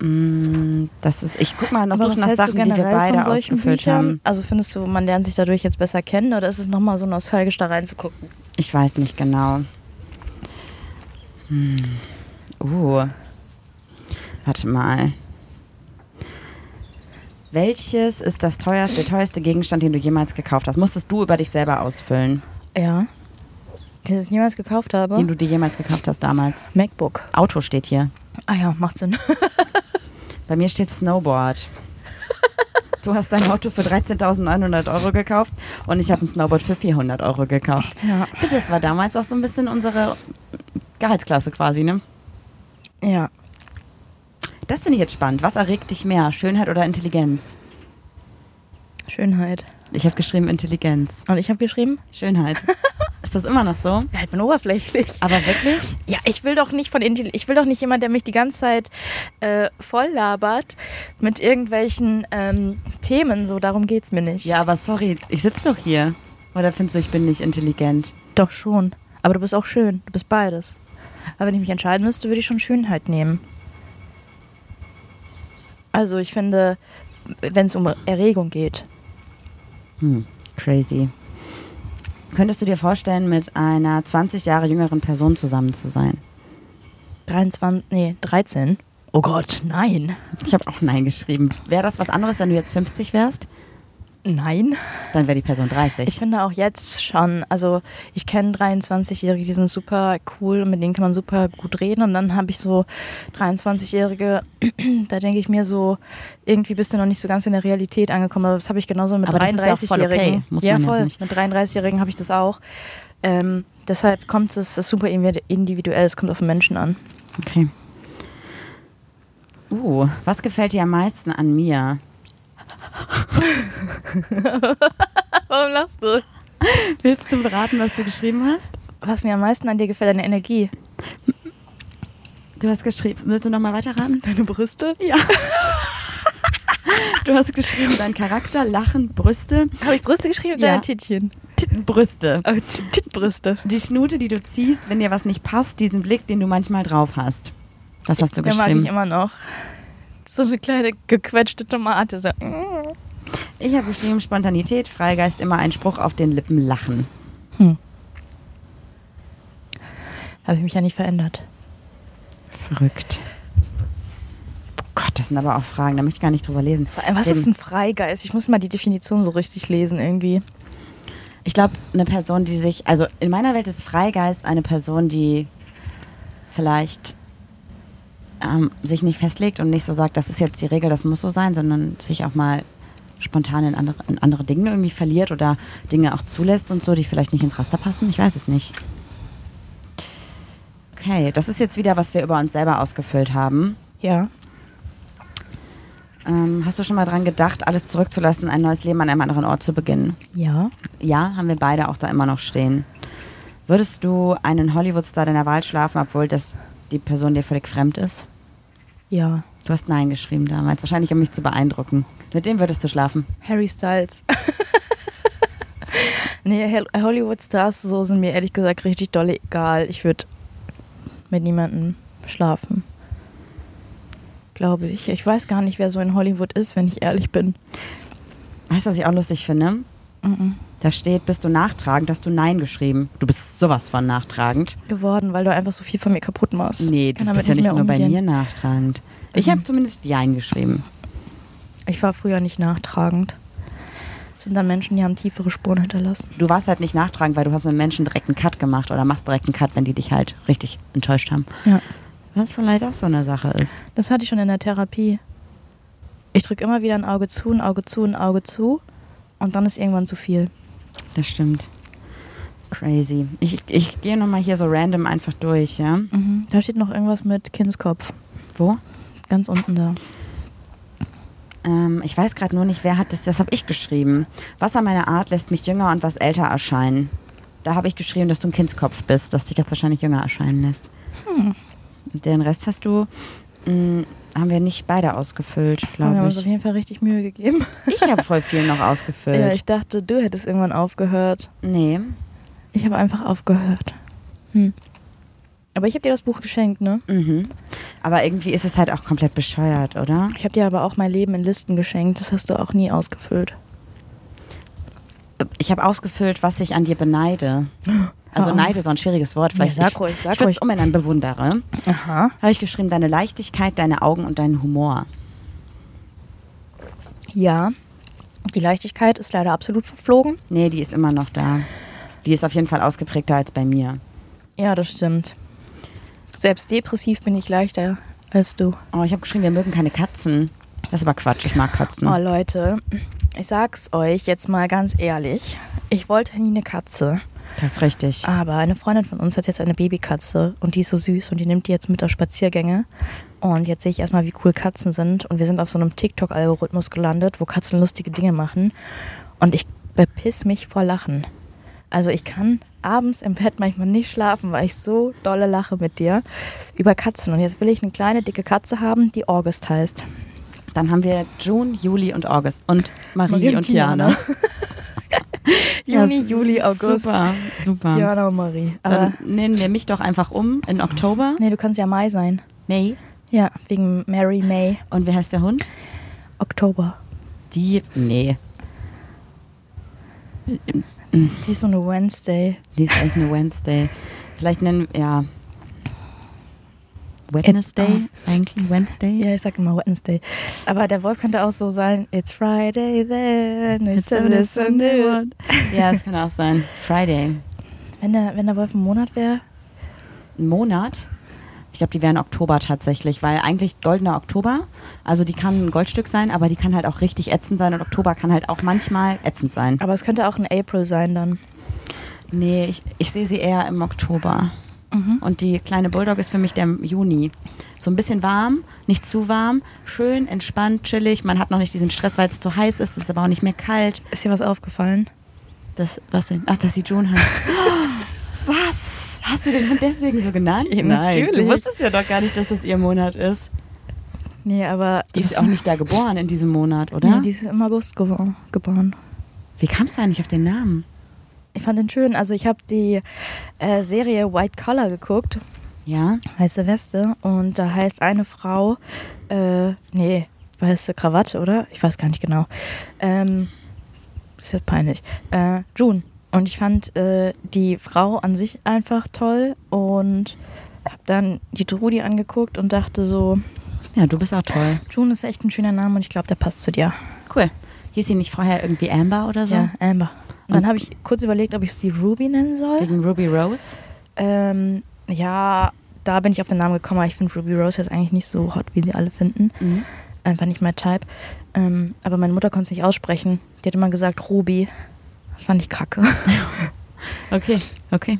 Speaker 2: Mm, Das ist, ich guck mal noch
Speaker 1: Aber
Speaker 2: durch
Speaker 1: was
Speaker 2: nach
Speaker 1: hältst du
Speaker 2: Sachen, die wir
Speaker 1: generell
Speaker 2: beide
Speaker 1: von solchen
Speaker 2: ausgefüllt
Speaker 1: Büchern?
Speaker 2: haben.
Speaker 1: Also findest du, man lernt sich dadurch jetzt besser kennen oder ist es nochmal so nostalgisch da reinzugucken?
Speaker 2: Ich weiß nicht genau. Hm. Uh. Warte mal. Welches ist das teuerste, der teuerste Gegenstand, den du jemals gekauft hast? Musstest du über dich selber ausfüllen,
Speaker 1: Ja. Das ich niemals gekauft habe.
Speaker 2: den du dir jemals gekauft hast damals?
Speaker 1: MacBook.
Speaker 2: Auto steht hier.
Speaker 1: Ah ja, macht Sinn. *laughs*
Speaker 2: Bei mir steht Snowboard. Du hast dein Auto für 13.900 Euro gekauft und ich habe ein Snowboard für 400 Euro gekauft.
Speaker 1: Ja.
Speaker 2: Das war damals auch so ein bisschen unsere Gehaltsklasse quasi, ne?
Speaker 1: ja.
Speaker 2: Das finde ich jetzt spannend. Was erregt dich mehr, Schönheit oder Intelligenz?
Speaker 1: Schönheit.
Speaker 2: Ich habe geschrieben Intelligenz.
Speaker 1: Und ich habe geschrieben,
Speaker 2: *laughs* Schönheit. Ist das immer noch so?
Speaker 1: ja, ich bin oberflächlich.
Speaker 2: Aber wirklich?
Speaker 1: Ja, ich will doch nicht von Intelli ich will doch nicht jemand, der mich die ganze Zeit äh, voll labert mit irgendwelchen ähm, Themen. So darum geht's mir nicht.
Speaker 2: Ja, aber sorry, ich sitze doch hier. Oder findest du, ich bin nicht intelligent?
Speaker 1: Doch schon. Aber du bist auch schön. Du bist beides. Aber wenn ich mich entscheiden müsste, würde ich schon Schönheit nehmen. Also ich finde, wenn es um Erregung geht.
Speaker 2: Hm, crazy. Könntest du dir vorstellen, mit einer 20 Jahre jüngeren Person zusammen zu sein?
Speaker 1: 23, nee, 13. Oh Gott, nein.
Speaker 2: Ich habe auch Nein geschrieben. Wäre das was anderes, wenn du jetzt 50 wärst?
Speaker 1: Nein.
Speaker 2: Dann wäre die Person
Speaker 1: Ich
Speaker 2: 30.
Speaker 1: finde auch jetzt schon, also ich kenne 23-Jährige, die sind super cool und mit denen kann man super gut reden. Und dann habe ich so 23-Jährige, *clears throat* da denke ich mir so, irgendwie bist du noch nicht so ganz in der Realität angekommen. Aber das habe ich genauso mit
Speaker 2: Aber das ist ja auch voll
Speaker 1: 33-Jährigen.
Speaker 2: okay, muss
Speaker 1: ja,
Speaker 2: man ja
Speaker 1: voll.
Speaker 2: nicht.
Speaker 1: Mit 33-Jährigen habe ich das auch. Ähm, deshalb kommt es, es ist super individuell, es kommt auf den Menschen
Speaker 2: *laughs*
Speaker 1: an.
Speaker 2: Okay. Uh, was gefällt dir am meisten an mir?
Speaker 1: Warum lachst du?
Speaker 2: Willst du beraten, was du geschrieben hast?
Speaker 1: Was mir am meisten an dir gefällt, deine Energie.
Speaker 2: Du hast geschrieben, willst du nochmal weiterraten?
Speaker 1: Deine Brüste?
Speaker 2: Ja. Du hast geschrieben, dein Charakter, Lachen, Brüste.
Speaker 1: Habe ich Brüste geschrieben
Speaker 2: Ja.
Speaker 1: oder deine Tittchen?
Speaker 2: Brüste.
Speaker 1: Oh, Tit- Tittbrüste.
Speaker 2: Die Schnute, die du ziehst, wenn dir was nicht passt, diesen Blick, den du manchmal drauf hast. Das hast du
Speaker 1: Den mag ich
Speaker 2: geschrieben.
Speaker 1: immer noch. So eine kleine gequetschte Tomate. So. mm,
Speaker 2: Ich habe geschrieben, Spontanität, Freigeist, immer ein Spruch auf den Lippen lachen.
Speaker 1: Habe ich mich ja nicht verändert.
Speaker 2: Verrückt. Oh Gott, das sind aber auch Fragen, da möchte ich gar nicht drüber lesen.
Speaker 1: Vor allem, was
Speaker 2: Dem-
Speaker 1: ist ein Freigeist? Ich muss mal die Definition so richtig lesen irgendwie.
Speaker 2: Ich glaube, eine Person, die sich, also in meiner Welt ist Freigeist eine Person, die vielleicht ähm, sich nicht festlegt und nicht so sagt, das ist jetzt die Regel, das muss so sein, sondern sich auch mal spontan in andere, in andere Dinge irgendwie verliert oder Dinge auch zulässt und so, die vielleicht nicht ins Raster passen. Ich weiß es nicht. Okay, das ist jetzt wieder, was wir über uns selber ausgefüllt haben.
Speaker 1: Ja.
Speaker 2: Ähm, hast du schon mal dran gedacht, alles zurückzulassen, ein neues Leben an einem anderen Ort zu beginnen?
Speaker 1: Ja.
Speaker 2: Ja, haben wir beide auch da immer noch stehen. Würdest du einen Hollywood-Star deiner Wahl schlafen, obwohl das die Person dir völlig fremd ist?
Speaker 1: Ja.
Speaker 2: Du hast Nein geschrieben damals, wahrscheinlich um mich zu beeindrucken. Mit dem würdest du schlafen.
Speaker 1: Harry Styles. *laughs* nee, Hel- Hollywood-Stars so sind mir ehrlich gesagt richtig doll egal. Ich würde mit niemandem schlafen. Glaube ich. Ich weiß gar nicht, wer so in Hollywood ist, wenn ich ehrlich bin.
Speaker 2: Weißt du, was ich auch lustig finde? Da steht, bist du nachtragend, hast du Nein geschrieben. Du bist sowas von nachtragend.
Speaker 1: Geworden, weil du einfach so viel von mir kaputt machst.
Speaker 2: Nee,
Speaker 1: Ich
Speaker 2: du
Speaker 1: kann damit
Speaker 2: bist ja nicht
Speaker 1: mehr
Speaker 2: nur bei
Speaker 1: umgehen.
Speaker 2: mir nachtragend. Ich habe zumindest Jein geschrieben.
Speaker 1: Ich war früher nicht nachtragend. Das sind dann Menschen, die haben tiefere Spuren hinterlassen.
Speaker 2: Du warst halt nicht nachtragend, weil du hast mit Menschen direkt einen Cut gemacht oder machst direkt einen Cut, wenn die dich halt richtig enttäuscht haben.
Speaker 1: Ja.
Speaker 2: Was vielleicht auch so eine Sache ist.
Speaker 1: Das hatte ich schon in der Therapie. Ich drücke immer wieder ein Auge zu, ein Auge zu, ein Auge zu. Und dann ist irgendwann zu viel.
Speaker 2: Das stimmt. Crazy. Ich, ich gehe nochmal hier so random einfach durch, ja?
Speaker 1: Da steht noch irgendwas mit Kindskopf.
Speaker 2: Wo?
Speaker 1: Ganz unten da.
Speaker 2: Ähm, ich weiß gerade nur nicht, wer hat das, das habe ich geschrieben. Was an meiner Art lässt mich jünger und was älter erscheinen? Da habe ich geschrieben, dass du ein Kindskopf bist, dass dich das wahrscheinlich jünger erscheinen lässt.
Speaker 1: Hm.
Speaker 2: Den Rest hast du, mh, haben wir nicht beide ausgefüllt,
Speaker 1: wir haben
Speaker 2: glaube
Speaker 1: uns auf
Speaker 2: ich.
Speaker 1: jeden Fall richtig Mühe gegeben.
Speaker 2: Ich habe voll viel noch
Speaker 1: *laughs*
Speaker 2: ausgefüllt.
Speaker 1: Ja, ich dachte, du hättest irgendwann aufgehört.
Speaker 2: nee.
Speaker 1: Ich habe einfach aufgehört. Hm. Aber ich habe dir das Buch geschenkt, ne?
Speaker 2: mhm. Aber irgendwie ist es halt auch komplett bescheuert, oder?
Speaker 1: Ich habe dir aber auch mein Leben in Listen geschenkt. Das hast du auch nie ausgefüllt.
Speaker 2: Ich habe ausgefüllt, was ich an dir beneide. Also
Speaker 1: Hör auf.
Speaker 2: Neide ist so ein schwieriges Wort. Vielleicht
Speaker 1: Ah, Ja, sag
Speaker 2: ich,
Speaker 1: ruhig, sag
Speaker 2: ich würde es
Speaker 1: ruhig.
Speaker 2: umändern, bewundere.
Speaker 1: Aha.
Speaker 2: Habe ich geschrieben, deine Leichtigkeit, deine Augen und deinen Humor.
Speaker 1: Ja. Die Leichtigkeit ist leider absolut verflogen.
Speaker 2: Nee, die ist immer noch da. Die ist auf jeden Fall ausgeprägter als bei mir.
Speaker 1: Ja, das stimmt. Selbst depressiv bin ich leichter als du.
Speaker 2: Oh, ich habe geschrieben, wir mögen keine Katzen. Das ist aber Quatsch, ich mag Katzen.
Speaker 1: Oh, Leute, ich sag's euch jetzt mal ganz ehrlich. Ich wollte nie eine Katze.
Speaker 2: Das ist richtig.
Speaker 1: Aber eine Freundin von uns hat jetzt eine Babykatze und die ist so süß und die nimmt die jetzt mit auf Spaziergänge. Und jetzt sehe ich erstmal, wie cool Katzen sind. Und wir sind auf so einem TikTok-Algorithmus gelandet, wo Katzen lustige Dinge machen. Und ich bepiss mich vor Lachen. Also ich kann abends im Bett manchmal nicht schlafen, weil ich so dolle lache mit dir über Katzen. Und jetzt will ich eine kleine, dicke Katze haben, die August heißt.
Speaker 2: Dann haben wir June, Juli und August. Und Marie,
Speaker 1: Marie und
Speaker 2: und Kiana.
Speaker 1: *laughs* Juni,
Speaker 2: Ja,
Speaker 1: Juli, August.
Speaker 2: Super, super.
Speaker 1: Kiana und Marie. Aber,
Speaker 2: Dann nennen wir mich doch einfach um in Oktober.
Speaker 1: nee, du kannst ja Mai sein.
Speaker 2: Nee.
Speaker 1: Ja, wegen Mary May,
Speaker 2: Und wie heißt der Hund?
Speaker 1: Oktober.
Speaker 2: Die. Nee.
Speaker 1: Die ist so eine Wednesday.
Speaker 2: Die ist eigentlich eine Wednesday. Vielleicht nennen wir. Ja. Wednesday? Eigentlich Wednesday?
Speaker 1: Ja, ich sag immer Wednesday. Aber der Wolf könnte auch so sein, it's Friday then, it's Saturday, Sunday. one.
Speaker 2: *laughs* Ja, das kann auch sein. Friday.
Speaker 1: Wenn der, wenn der Wolf ein Monat wäre,
Speaker 2: Ein Monat. Ich glaube, die wären Oktober tatsächlich, weil eigentlich goldener Oktober, also die kann ein Goldstück sein, aber die kann halt auch richtig ätzend sein und Oktober kann halt auch manchmal ätzend sein.
Speaker 1: aber es könnte auch ein April sein dann.
Speaker 2: Nee, ich, ich sehe sie eher im Oktober.
Speaker 1: Mhm.
Speaker 2: Und die kleine Bulldog ist für mich der Juni. So ein bisschen warm, nicht zu warm, schön, entspannt, chillig. Man hat noch nicht diesen Stress, weil es zu heiß ist, es ist aber auch nicht mehr kalt.
Speaker 1: Ist dir was aufgefallen?
Speaker 2: Das, was denn? Ach, dass sie
Speaker 1: *gasps*
Speaker 2: June heißt. was? Hast du den Hund deswegen so genannt?
Speaker 1: Ja,
Speaker 2: Du
Speaker 1: natürlich.
Speaker 2: wusstest ja doch gar nicht, dass das ihr Monat ist.
Speaker 1: Nee, aber.
Speaker 2: Die ist auch nicht da geboren in diesem Monat, oder?
Speaker 1: Nee, die ist im August gewor- geboren.
Speaker 2: Wie kamst du eigentlich auf den Namen?
Speaker 1: Ich fand den schön. Also, ich habe die äh, Serie White Collar geguckt,
Speaker 2: Ja?
Speaker 1: Weiße Weste, und da heißt eine Frau, äh, nee, weiße Krawatte, oder? Ich weiß gar nicht genau. Ähm, ist jetzt peinlich. Äh, June. Und ich fand äh, die Frau an sich einfach toll und habe dann die Trudi angeguckt und dachte so,
Speaker 2: Ja, du bist auch toll.
Speaker 1: June ist echt ein schöner Name und ich glaube, der passt zu dir.
Speaker 2: Cool. Hieß sie nicht vorher irgendwie Amber oder so?
Speaker 1: Ja, Amber. Und dann habe ich kurz überlegt, ob ich sie Ruby nennen soll.
Speaker 2: Wegen Ruby Rose?
Speaker 1: Ähm, ja, da bin ich auf den Namen gekommen, aber ich finde Ruby Rose jetzt eigentlich nicht so hot, wie sie alle finden.
Speaker 2: Mhm.
Speaker 1: Einfach nicht mein Type. Ähm, aber meine Mutter konnte es nicht aussprechen. Die hat immer gesagt Ruby. Das fand ich
Speaker 2: *laughs*
Speaker 1: kacke.
Speaker 2: Okay, okay.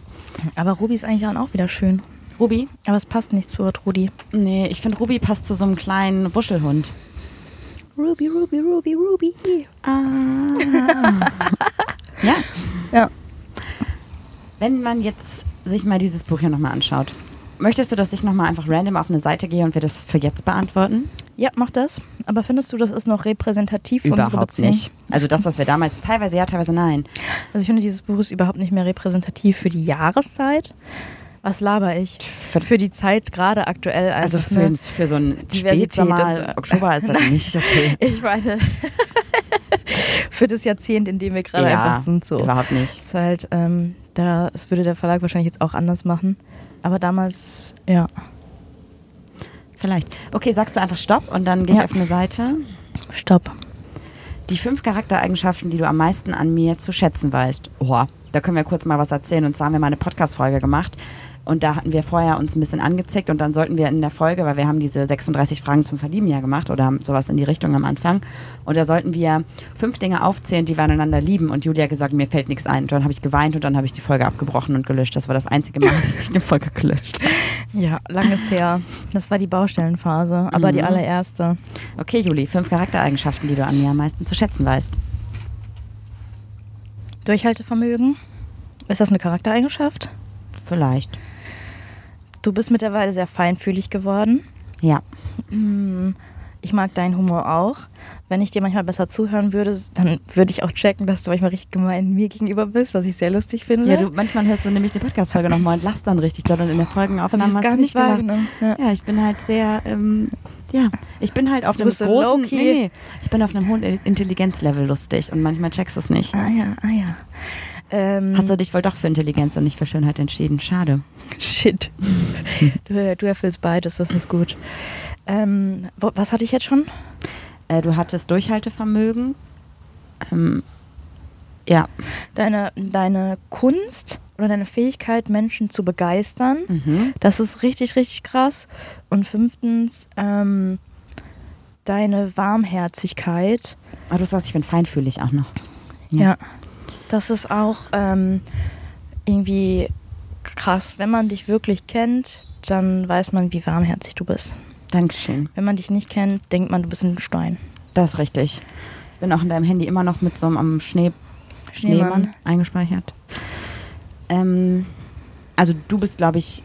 Speaker 1: aber Ruby ist eigentlich dann auch wieder schön.
Speaker 2: Ruby?
Speaker 1: Aber es passt nicht zu Trudi.
Speaker 2: Nee, ich finde Ruby passt zu so einem kleinen Wuschelhund.
Speaker 1: Ruby, Ruby, Ruby, Ruby.
Speaker 2: Ah.
Speaker 1: *laughs*
Speaker 2: Ja.
Speaker 1: Ja.
Speaker 2: Wenn man jetzt sich mal dieses Buch hier nochmal anschaut, möchtest du, dass ich nochmal einfach random auf eine Seite gehe und wir das für jetzt beantworten?
Speaker 1: Ja, mach das. Aber findest du, das ist noch repräsentativ für unsere Beziehung?
Speaker 2: Also das, was wir damals, teilweise ja, teilweise nein.
Speaker 1: Also ich finde, dieses Buch ist überhaupt nicht mehr repräsentativ für die Jahreszeit. Was laber ich?
Speaker 2: Für-
Speaker 1: Für die Zeit gerade aktuell.
Speaker 2: Also
Speaker 1: einfach,
Speaker 2: für,
Speaker 1: ne?
Speaker 2: uns- für so einen
Speaker 1: Diversität und so.
Speaker 2: Spätsommer, also Oktober ist das
Speaker 1: *laughs*
Speaker 2: nicht okay.
Speaker 1: Ich meine, *laughs* für das Jahrzehnt, in dem wir gerade einfach sind. So.
Speaker 2: überhaupt nicht.
Speaker 1: Ist halt, ähm, da, das würde der Verlag wahrscheinlich jetzt auch anders machen. Aber damals, ja.
Speaker 2: Vielleicht. Okay, sagst du einfach Stopp und dann gehe
Speaker 1: Ja.
Speaker 2: ich auf eine Seite.
Speaker 1: Stopp.
Speaker 2: Die fünf Charaktereigenschaften, die du am meisten an mir zu schätzen weißt. Oha, da können wir kurz mal was erzählen. Und zwar haben wir mal eine Podcast-Folge gemacht. Und da hatten wir vorher uns ein bisschen angezickt und dann sollten wir in der Folge, weil wir haben diese 36 Fragen zum Verlieben ja gemacht oder haben sowas in die Richtung am Anfang. Und da sollten wir fünf Dinge aufzählen, die wir aneinander lieben. Und Julia hat gesagt, mir fällt nichts ein. Und dann habe ich geweint und dann habe ich die Folge abgebrochen und gelöscht. Das war das einzige Mal, *laughs* dass ich eine Folge gelöscht habe.
Speaker 1: Ja, lange
Speaker 2: *laughs*
Speaker 1: ist her. Das war die Baustellenphase, aber
Speaker 2: Mhm.
Speaker 1: die allererste.
Speaker 2: Okay, Juli, fünf Charaktereigenschaften, die du an mir am meisten zu schätzen weißt.
Speaker 1: Durchhaltevermögen. Ist das eine Charaktereigenschaft?
Speaker 2: Vielleicht.
Speaker 1: Du bist mittlerweile sehr feinfühlig geworden.
Speaker 2: Ja.
Speaker 1: Ich mag deinen Humor auch. Wenn ich dir manchmal besser zuhören würde, dann würde ich auch checken, dass du manchmal richtig gemein mir gegenüber bist, was ich sehr lustig finde.
Speaker 2: Ja, du, manchmal hörst du nämlich eine Podcast-Folge nochmal und lachst dann richtig doll und in der Folgenaufnahme
Speaker 1: Hab ich's
Speaker 2: hast
Speaker 1: gar
Speaker 2: du
Speaker 1: nicht
Speaker 2: gelacht.
Speaker 1: wahrgenommen, ja.
Speaker 2: Ja. ich bin halt sehr, ähm, ja, ich bin halt auf
Speaker 1: Du
Speaker 2: einem
Speaker 1: bist so
Speaker 2: großen,
Speaker 1: low-key.
Speaker 2: nee, nee, ich bin auf einem hohen Intelligenzlevel lustig und manchmal checkst du es nicht.
Speaker 1: Ah ja, ah ja. Ähm,
Speaker 2: Hast du dich wohl doch für Intelligenz und nicht für Schönheit entschieden? Schade. *laughs*
Speaker 1: Shit. Du, du erfüllst beides, das ist gut. Ähm, wo, was hatte ich jetzt schon?
Speaker 2: Äh, du hattest Durchhaltevermögen. Ähm, ja,
Speaker 1: Deine, deine Kunst oder deine Fähigkeit, Menschen zu begeistern.
Speaker 2: Mhm.
Speaker 1: Das ist richtig, richtig krass. Und fünftens, ähm, deine Warmherzigkeit.
Speaker 2: aber du sagst, ich bin feinfühlig auch noch.
Speaker 1: Ja. Das ist auch ähm, irgendwie krass. Wenn man dich wirklich kennt, dann weiß man, wie warmherzig du bist.
Speaker 2: Dankeschön.
Speaker 1: Wenn man dich nicht kennt, denkt man, du bist ein Stein.
Speaker 2: Das ist richtig. Ich bin auch in deinem Handy immer noch mit so einem am Schnee
Speaker 1: Schneemann.
Speaker 2: Schneemann eingespeichert. Ähm, also du bist, glaube ich,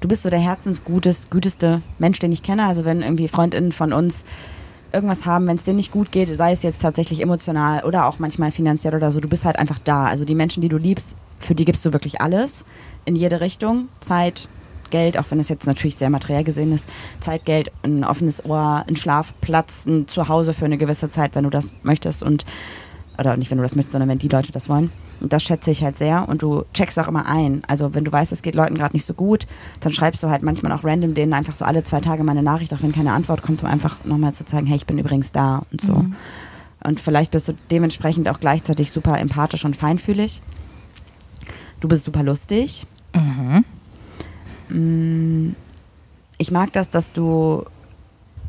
Speaker 2: du bist so der herzensgutes, güteste Mensch, den ich kenne. Also wenn irgendwie Freundinnen von uns irgendwas haben, wenn es denen nicht gut geht, sei es jetzt tatsächlich emotional oder auch manchmal finanziell oder so, du bist halt einfach da. Also die Menschen, die du liebst, für die gibst du wirklich alles in jede Richtung. Zeit, Geld, auch wenn es jetzt natürlich sehr materiell gesehen ist, Zeit, Geld, ein offenes Ohr, ein Schlafplatz, ein Zuhause für eine gewisse Zeit, wenn du das möchtest und oder nicht, wenn du das möchtest, sondern wenn die Leute das wollen. Und das schätze ich halt sehr und du checkst auch immer ein. Also wenn du weißt, es geht Leuten gerade nicht so gut, dann schreibst du halt manchmal auch random denen einfach so alle zwei Tage mal eine Nachricht, auch wenn keine Antwort kommt, um einfach nochmal zu zeigen, hey, ich bin übrigens da und so. Und vielleicht bist du dementsprechend auch gleichzeitig super empathisch und feinfühlig. Du bist super lustig. Mm, Ich mag das, dass du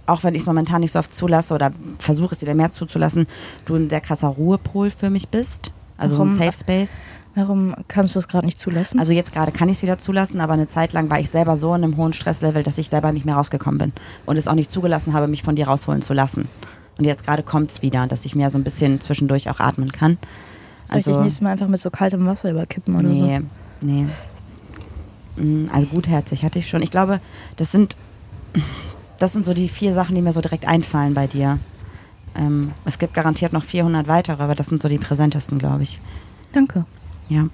Speaker 2: auch wenn ich es momentan nicht so oft zulasse oder versuche es wieder mehr zuzulassen, du ein sehr krasser Ruhepol für mich bist. Also so ein
Speaker 1: Warum?
Speaker 2: Safe Space.
Speaker 1: Warum kannst du es gerade nicht zulassen?
Speaker 2: Also jetzt gerade kann ich es wieder zulassen, aber eine Zeit lang war ich selber so in einem hohen Stresslevel, dass ich selber nicht mehr rausgekommen bin und es auch nicht zugelassen habe, mich von dir rausholen zu lassen. Und jetzt gerade kommt es wieder, dass ich mir so ein bisschen zwischendurch auch atmen kann.
Speaker 1: Soll ich dich nächstes Mal einfach mit so kaltem Wasser überkippen oder so?
Speaker 2: also Nee, nee. Mm, Also gutherzig hatte ich schon. Ich glaube, das sind, das sind so die vier Sachen, die mir so direkt einfallen bei dir. Ähm, es gibt garantiert noch 400 weitere, aber das sind so die präsentesten, glaube ich.
Speaker 1: Danke.
Speaker 2: Ja.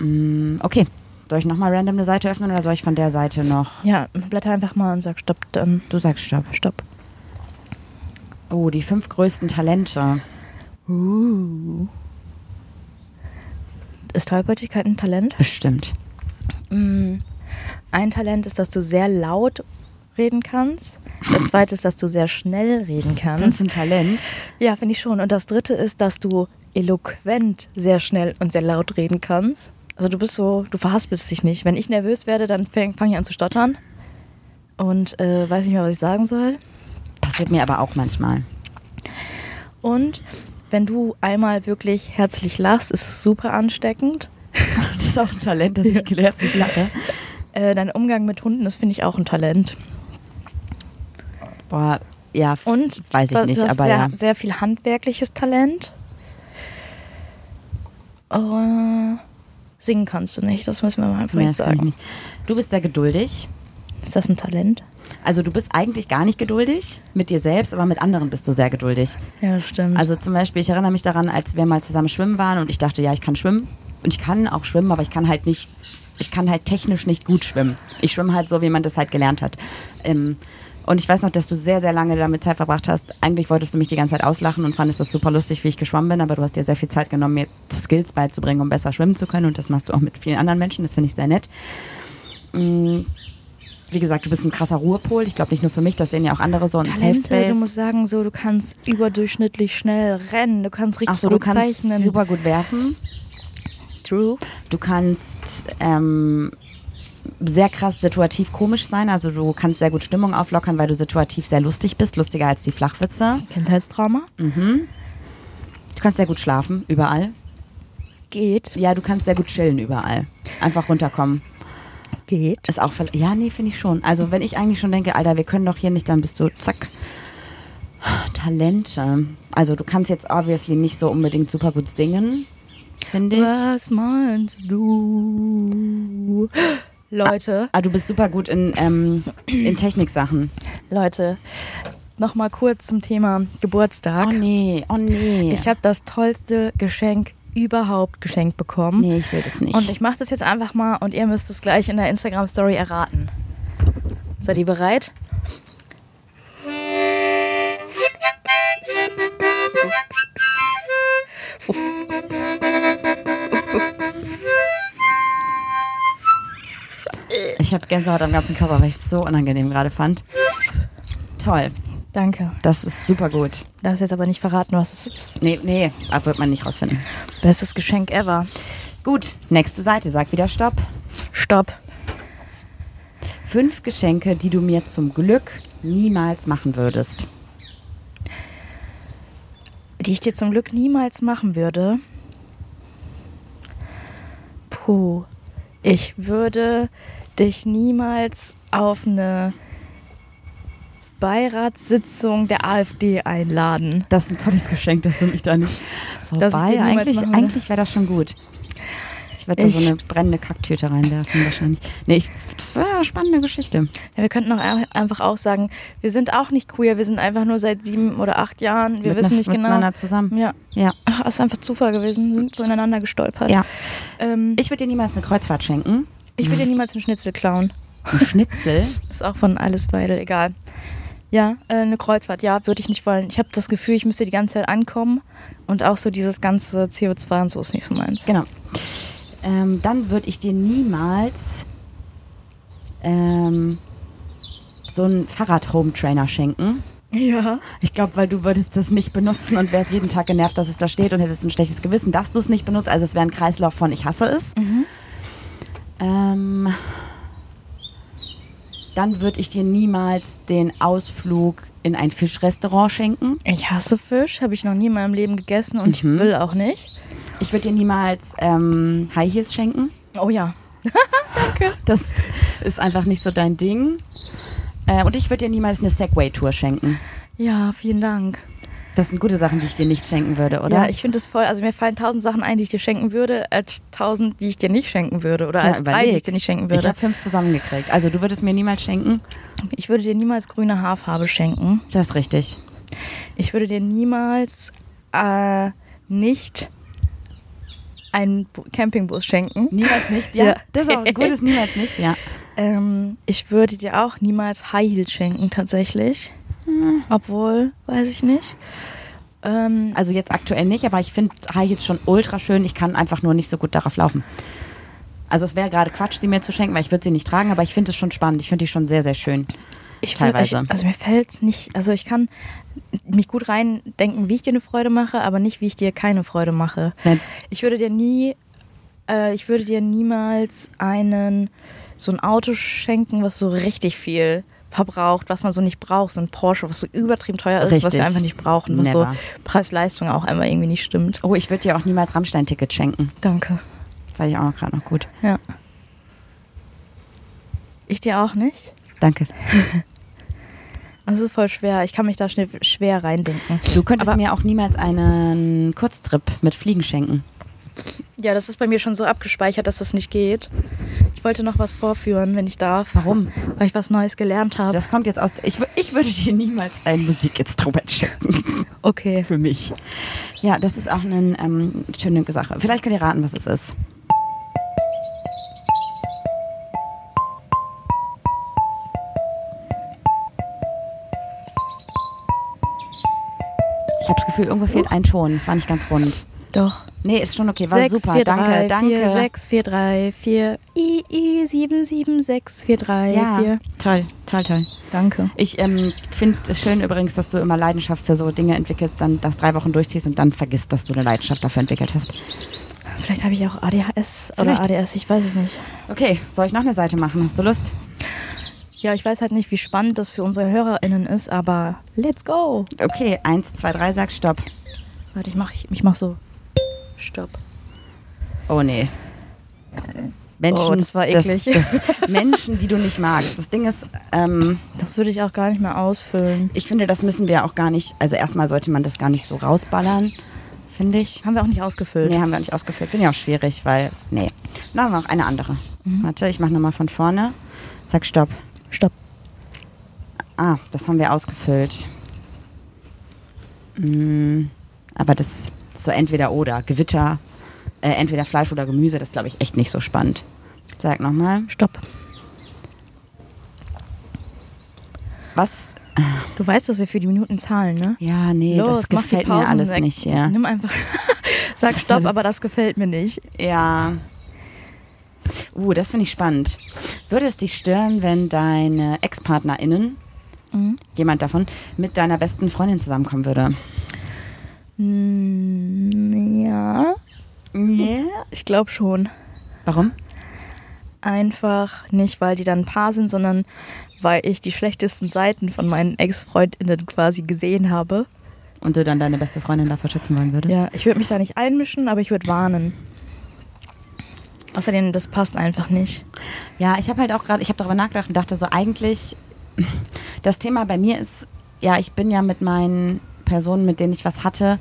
Speaker 2: Mm, Okay. Soll ich nochmal random eine Seite öffnen oder soll ich von der Seite noch?
Speaker 1: Ja, blätter einfach mal und sag Stopp, dann
Speaker 2: Du sagst Stopp.
Speaker 1: Stopp.
Speaker 2: Oh, die fünf größten Talente.
Speaker 1: Ist Tollpatschigkeit ein Talent?
Speaker 2: Bestimmt.
Speaker 1: Ein Talent ist, dass du sehr laut reden kannst. Das zweite ist, dass du sehr schnell reden
Speaker 2: Das ist
Speaker 1: kannst.
Speaker 2: ein Talent.
Speaker 1: Ja, finde ich schon. Und das dritte ist, dass du eloquent sehr schnell und sehr laut reden kannst. Also du bist so, du verhaspelst dich nicht. Wenn ich nervös werde, dann fange fang ich an zu stottern und äh, weiß nicht mehr, was ich sagen soll.
Speaker 2: Passiert mir aber auch manchmal.
Speaker 1: Und wenn du einmal wirklich herzlich lachst, ist es super ansteckend.
Speaker 2: Das ist auch ein Talent, dass ich herzlich lache.
Speaker 1: Äh, dein Umgang mit Hunden, das finde ich auch ein Talent.
Speaker 2: Boah, ja, f-
Speaker 1: Und
Speaker 2: weiß ich
Speaker 1: du
Speaker 2: nicht,
Speaker 1: hast
Speaker 2: aber
Speaker 1: sehr,
Speaker 2: ja.
Speaker 1: sehr viel handwerkliches Talent. Äh, singen kannst du nicht, das müssen wir mal einfach
Speaker 2: Nee,
Speaker 1: nicht
Speaker 2: das kann ich
Speaker 1: sagen.
Speaker 2: nicht. Du bist sehr geduldig.
Speaker 1: Ist das ein Talent?
Speaker 2: Also du bist eigentlich gar nicht geduldig mit dir selbst, aber mit anderen bist du sehr geduldig.
Speaker 1: Ja, das stimmt.
Speaker 2: Also zum Beispiel, ich erinnere mich daran, als wir mal zusammen schwimmen waren und ich dachte, ja, ich kann schwimmen und ich kann auch schwimmen, aber ich kann halt nicht, ich kann halt technisch nicht gut schwimmen. Ich schwimme halt so, wie man das halt gelernt hat. Ähm, und ich weiß noch, dass du sehr, sehr lange damit Zeit verbracht hast. Eigentlich wolltest du mich die ganze Zeit auslachen und fandest das super lustig, wie ich geschwommen bin, aber du hast dir sehr viel Zeit genommen, mir Skills beizubringen, um besser schwimmen zu können und das machst du auch mit vielen anderen Menschen, das finde ich sehr nett. Mm, Wie gesagt, du bist ein krasser Ruhepol. Ich glaube nicht nur für mich, das sehen ja auch andere so ein Safe
Speaker 1: Talente,
Speaker 2: Space.
Speaker 1: du musst sagen, so du kannst überdurchschnittlich schnell rennen, du kannst richtig
Speaker 2: Ach so, du
Speaker 1: gut
Speaker 2: kannst
Speaker 1: zeichnen.
Speaker 2: super gut werfen. True. Du kannst ähm, sehr krass situativ komisch sein. Also du kannst sehr gut Stimmung auflockern, weil du situativ sehr lustig bist. Lustiger als die Flachwitze.
Speaker 1: Kindheitstrauma?
Speaker 2: Mhm. Du kannst sehr gut schlafen, überall.
Speaker 1: Geht.
Speaker 2: Ja, du kannst sehr gut chillen, überall. Einfach runterkommen.
Speaker 1: Geht.
Speaker 2: Ist auch verle- Ja, nee, finde ich schon. Also wenn ich eigentlich schon denke, Alter, wir können doch hier nicht, dann bist du zack. Talente. Also du kannst jetzt obviously nicht so unbedingt super gut singen, finde ich.
Speaker 1: Was meinst du? Leute,
Speaker 2: Ah, du bist super gut in, ähm, in Techniksachen.
Speaker 1: Leute, nochmal kurz zum Thema Geburtstag.
Speaker 2: Oh nee, oh nee.
Speaker 1: Ich habe das tollste Geschenk überhaupt geschenkt bekommen.
Speaker 2: nee, ich will das nicht.
Speaker 1: Und ich mache das jetzt einfach mal und ihr müsst es gleich in der Instagram-Story erraten. Seid ihr bereit?
Speaker 2: ich habe Gänsehaut am ganzen Körper, weil ich es so unangenehm gerade fand. Toll,
Speaker 1: Danke.
Speaker 2: das ist super gut.
Speaker 1: Darfst jetzt aber nicht verraten, was es ist.
Speaker 2: Nee, nee, ah, wird man nicht rausfinden.
Speaker 1: Bestes Geschenk ever.
Speaker 2: Gut, nächste Seite, sag wieder Stopp.
Speaker 1: Stopp.
Speaker 2: Fünf Geschenke, die du mir zum Glück niemals machen würdest.
Speaker 1: Die ich dir zum Glück niemals machen würde. Puh. Ich würde dich niemals auf eine Beiratssitzung der AfD einladen.
Speaker 2: Das ist ein tolles Geschenk, das du mich da nicht.
Speaker 1: Das ist dir
Speaker 2: Wobei,
Speaker 1: niemals
Speaker 2: eigentlich,
Speaker 1: machen, ne?
Speaker 2: eigentlich wäre das schon gut. Ich werde da so
Speaker 1: Ich-
Speaker 2: eine brennende Kacktüte reinwerfen wahrscheinlich. Nee, ich, das war eine spannende Geschichte.
Speaker 1: Ja, wir könnten auch ein- einfach auch sagen, wir sind auch nicht queer, wir sind einfach nur seit sieben oder acht Jahren, wir
Speaker 2: Mit
Speaker 1: wissen
Speaker 2: einer-
Speaker 1: nicht genau.
Speaker 2: miteinander zusammen.
Speaker 1: Ja.
Speaker 2: Ja.
Speaker 1: Ach, ist einfach Zufall gewesen, sind so ineinander gestolpert.
Speaker 2: Ja.
Speaker 1: Ähm, ich
Speaker 2: Ich würde dir niemals eine Kreuzfahrt schenken.
Speaker 1: ich will dir niemals einen Schnitzel klauen.
Speaker 2: Ein
Speaker 1: *laughs*
Speaker 2: Schnitzel.
Speaker 1: Ist auch von Alice Weidel, egal. Ja, äh, eine Kreuzfahrt, ja, würde ich nicht wollen. Ich habe das Gefühl, ich müsste die ganze Zeit ankommen und auch so dieses ganze CO2 und so ist nicht so meins.
Speaker 2: genau. Ähm, dann würde ich dir niemals ähm, so einen Fahrrad-Home-Trainer schenken.
Speaker 1: Ja.
Speaker 2: Ich glaube, weil du würdest das nicht benutzen und wärst jeden Tag genervt, dass es da steht und hättest ein schlechtes Gewissen, dass du es nicht benutzt. Also es wäre ein Kreislauf von ich hasse es.
Speaker 1: Mhm.
Speaker 2: Ähm, dann würde ich dir niemals den Ausflug in ein Fischrestaurant schenken.
Speaker 1: Ich hasse Fisch, habe ich noch nie in meinem Leben gegessen und
Speaker 2: Mhm.
Speaker 1: ich will auch nicht.
Speaker 2: Ich würde dir niemals ähm, High Heels schenken.
Speaker 1: Oh ja. Danke.
Speaker 2: Das ist einfach nicht so dein Ding. Äh, und ich würde dir niemals eine Segway-Tour schenken.
Speaker 1: Ja, vielen Dank.
Speaker 2: Das sind gute Sachen, die ich dir nicht schenken würde, oder?
Speaker 1: Ja, ich finde das voll. Also mir fallen tausend Sachen ein, die ich dir schenken würde, als tausend, die ich dir nicht schenken würde. Oder als drei, die ich
Speaker 2: überleg.
Speaker 1: dir nicht schenken
Speaker 2: Ich
Speaker 1: würde.
Speaker 2: habe fünf zusammengekriegt. Also du würdest mir niemals schenken.
Speaker 1: Ich, würde dir niemals grüne Haarfarbe schenken.
Speaker 2: Das ist richtig.
Speaker 1: Ich würde dir niemals äh, nicht einen Bu- Campingbus schenken.
Speaker 2: Niemals nicht, ja.
Speaker 1: Ja.
Speaker 2: Das ist auch ein gutes Niemals nicht, ja.
Speaker 1: Ähm, ich würde dir auch niemals High Heels schenken, tatsächlich. Obwohl, weiß ich nicht. Ähm,
Speaker 2: Also jetzt aktuell nicht, aber ich finde High Heels schon ultra schön. Ich kann einfach nur nicht so gut darauf laufen. Also es wäre gerade Quatsch, sie mir zu schenken, weil ich würde sie nicht tragen, aber ich finde es schon spannend. Ich finde die schon sehr, sehr schön.
Speaker 1: Ich
Speaker 2: Teilweise.
Speaker 1: Will, ich, also mir fällt nicht, also ich kann mich gut reindenken, wie ich dir eine Freude mache, aber nicht, wie ich dir keine Freude mache.
Speaker 2: Nein.
Speaker 1: Ich würde dir nie, äh, ich würde dir niemals einen, so ein Auto schenken, was so richtig viel verbraucht, was man so nicht braucht, so ein Porsche, was so übertrieben teuer ist, was
Speaker 2: Richtig.
Speaker 1: wir einfach nicht brauchen, was
Speaker 2: Never.
Speaker 1: so Preis-Leistung auch einmal irgendwie nicht stimmt.
Speaker 2: Oh, ich würde dir auch niemals Rammstein-Ticket schenken.
Speaker 1: Danke.
Speaker 2: Fand ich auch noch gerade noch gut.
Speaker 1: Ja. Ich dir auch nicht.
Speaker 2: Danke.
Speaker 1: Das ist voll schwer. Ich kann mich da schnell schwer reindenken.
Speaker 2: Du könntest
Speaker 1: Aber-
Speaker 2: mir auch niemals einen Kurztrip mit Fliegen schenken.
Speaker 1: Ja, das ist bei mir schon so abgespeichert, dass das nicht geht. Ich wollte noch was vorführen, wenn ich darf.
Speaker 2: Warum?
Speaker 1: Weil ich was Neues gelernt habe.
Speaker 2: Das kommt jetzt aus. Ich, wür- ich würde dir niemals ein Musikinstrument *laughs* schenken.
Speaker 1: okay.
Speaker 2: Für mich. Ja, das ist auch eine ähm, schöne Sache. Vielleicht könnt ihr raten, was es ist. Ich habe das Gefühl, irgendwo fehlt ein Ton. Es war nicht ganz rund.
Speaker 1: Doch.
Speaker 2: Nee, ist schon okay. War
Speaker 1: Sechs,
Speaker 2: super.
Speaker 1: vier,
Speaker 2: danke,
Speaker 1: drei,
Speaker 2: danke.
Speaker 1: Vier, sechs, vier, drei, vier, i, i, sieben, sieben, sechs, vier, drei,
Speaker 2: ja.
Speaker 1: vier.
Speaker 2: Toll, toll, toll.
Speaker 1: Danke.
Speaker 2: Ich ähm, finde es schön übrigens, dass du immer Leidenschaft für so Dinge entwickelst, dann das drei Wochen durchziehst und dann vergisst, dass du eine Leidenschaft dafür entwickelt hast.
Speaker 1: Vielleicht habe ich auch ADHS
Speaker 2: Vielleicht.
Speaker 1: oder ADS, ich weiß es nicht.
Speaker 2: Okay, soll ich noch eine Seite machen? Hast du Lust?
Speaker 1: Ja, ich weiß halt nicht, wie spannend das für unsere HörerInnen ist, aber let's go.
Speaker 2: Okay, eins, zwei, drei, sag Stopp.
Speaker 1: Warte, ich mache ich, ich mach so. Stopp.
Speaker 2: Oh nee. Menschen,
Speaker 1: Oh, das war eklig.
Speaker 2: Das,
Speaker 1: *laughs*
Speaker 2: das, Menschen, die du nicht magst. Das Ding ist, ähm,
Speaker 1: Das würde ich auch gar nicht mehr ausfüllen.
Speaker 2: ich finde, das müssen wir auch gar nicht. Also erstmal sollte man das gar nicht so rausballern, finde ich.
Speaker 1: Haben wir auch nicht ausgefüllt.
Speaker 2: Nee, haben wir nicht ausgeführt. Finde ich auch schwierig, weil. Nee. Machen wir noch eine andere.
Speaker 1: Mhm.
Speaker 2: Warte, ich mache nochmal von vorne. Sag Stopp.
Speaker 1: Stopp.
Speaker 2: Ah, das haben wir ausgefüllt. Mm, aber das ist so entweder oder. Gewitter, äh, entweder Fleisch oder Gemüse, das glaube ich echt nicht so spannend. Sag nochmal.
Speaker 1: Stopp.
Speaker 2: Was?
Speaker 1: Du weißt, dass wir für die Minuten zahlen, ne?
Speaker 2: Ja, nee, das
Speaker 1: mach die
Speaker 2: gefällt mir
Speaker 1: Pausen
Speaker 2: alles
Speaker 1: weg.
Speaker 2: nicht. Ja.
Speaker 1: Nimm einfach. *laughs* Sag Stopp,
Speaker 2: Alles-
Speaker 1: aber das gefällt mir nicht.
Speaker 2: Ja. Uh, das finde ich spannend. Würde es dich stören, wenn deine Ex-PartnerInnen, jemand davon, mit deiner besten Freundin zusammenkommen würde?
Speaker 1: Hm, Ja,
Speaker 2: Nee.
Speaker 1: ich glaube schon.
Speaker 2: Warum?
Speaker 1: Einfach nicht, weil die dann ein Paar sind, sondern weil ich die schlechtesten Seiten von meinen Ex-Freundinnen quasi gesehen habe.
Speaker 2: Und du dann deine beste Freundin dafür schätzen wollen würdest?
Speaker 1: Ja, ich würde mich da nicht einmischen, aber ich würde warnen. Außerdem, das passt einfach nicht.
Speaker 2: Ja, ich habe halt auch gerade, ich habe darüber nachgedacht und dachte so, eigentlich, das Thema bei mir ist, ja, ich bin ja mit meinen Personen, mit denen ich was hatte,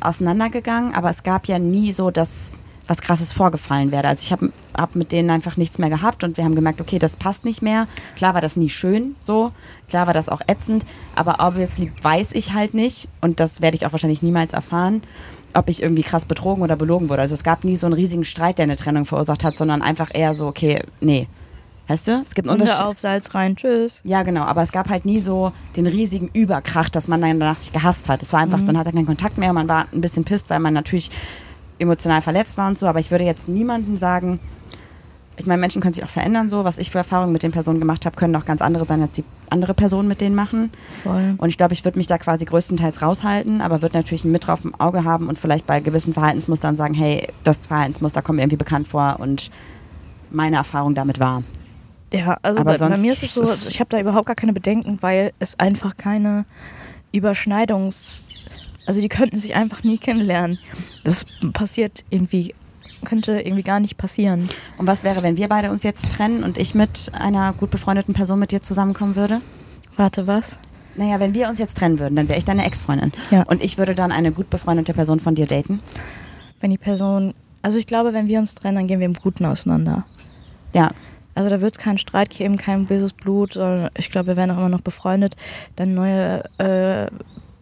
Speaker 2: auseinandergegangen, aber es gab ja nie so, dass was krasses vorgefallen wäre. Also ich habe hab mit denen einfach nichts mehr gehabt und wir haben gemerkt, okay, das passt nicht mehr. Klar war das nie schön so, klar war das auch ätzend, aber obviously weiß ich halt nicht und das werde ich auch wahrscheinlich niemals erfahren, ob ich irgendwie krass betrogen oder belogen wurde. Also es gab nie so einen riesigen Streit, der eine Trennung verursacht hat, sondern einfach eher so, okay, nee. Weißt du, es gibt Unterschiede.
Speaker 1: Runde auf, Salz rein, tschüss.
Speaker 2: Ja, genau, aber es gab halt nie so den riesigen Überkrach, dass man dann danach sich gehasst hat. Es war einfach, man hatte keinen Kontakt mehr, man war ein bisschen pisst, weil man natürlich emotional verletzt war und so, aber ich würde jetzt niemandem sagen, ich meine, Menschen können sich auch verändern so, was ich für Erfahrungen mit den Personen gemacht habe, können auch ganz andere sein, als die andere Personen mit denen machen.
Speaker 1: Voll.
Speaker 2: Und ich glaube, ich würde mich da quasi größtenteils raushalten, aber würde natürlich mit drauf im Auge haben und vielleicht bei gewissen Verhaltensmustern sagen, hey, das Verhaltensmuster kommt mir irgendwie bekannt vor und meine Erfahrung damit war.
Speaker 1: Ja, also
Speaker 2: Aber
Speaker 1: bei, bei
Speaker 2: sonst
Speaker 1: mir ist es so, also
Speaker 2: ist-
Speaker 1: ich habe da überhaupt gar keine Bedenken, weil es einfach keine Überschneidungs... Also die könnten sich einfach nie kennenlernen. Das passiert irgendwie, könnte irgendwie gar nicht passieren.
Speaker 2: Und was wäre, wenn wir beide uns jetzt trennen und ich mit einer gut befreundeten Person mit dir zusammenkommen würde?
Speaker 1: Warte, was?
Speaker 2: Naja, wenn wir uns jetzt trennen würden, dann wäre ich deine Ex-Freundin.
Speaker 1: Ja.
Speaker 2: Und ich würde dann eine gut befreundete Person von dir daten.
Speaker 1: Wenn die Person... Also ich glaube, wenn wir uns trennen, dann gehen wir im Guten auseinander.
Speaker 2: Ja.
Speaker 1: Also da wird es keinen Streit geben, kein böses Blut. sondern Ich glaube, wir wären auch immer noch befreundet. Deine neue äh,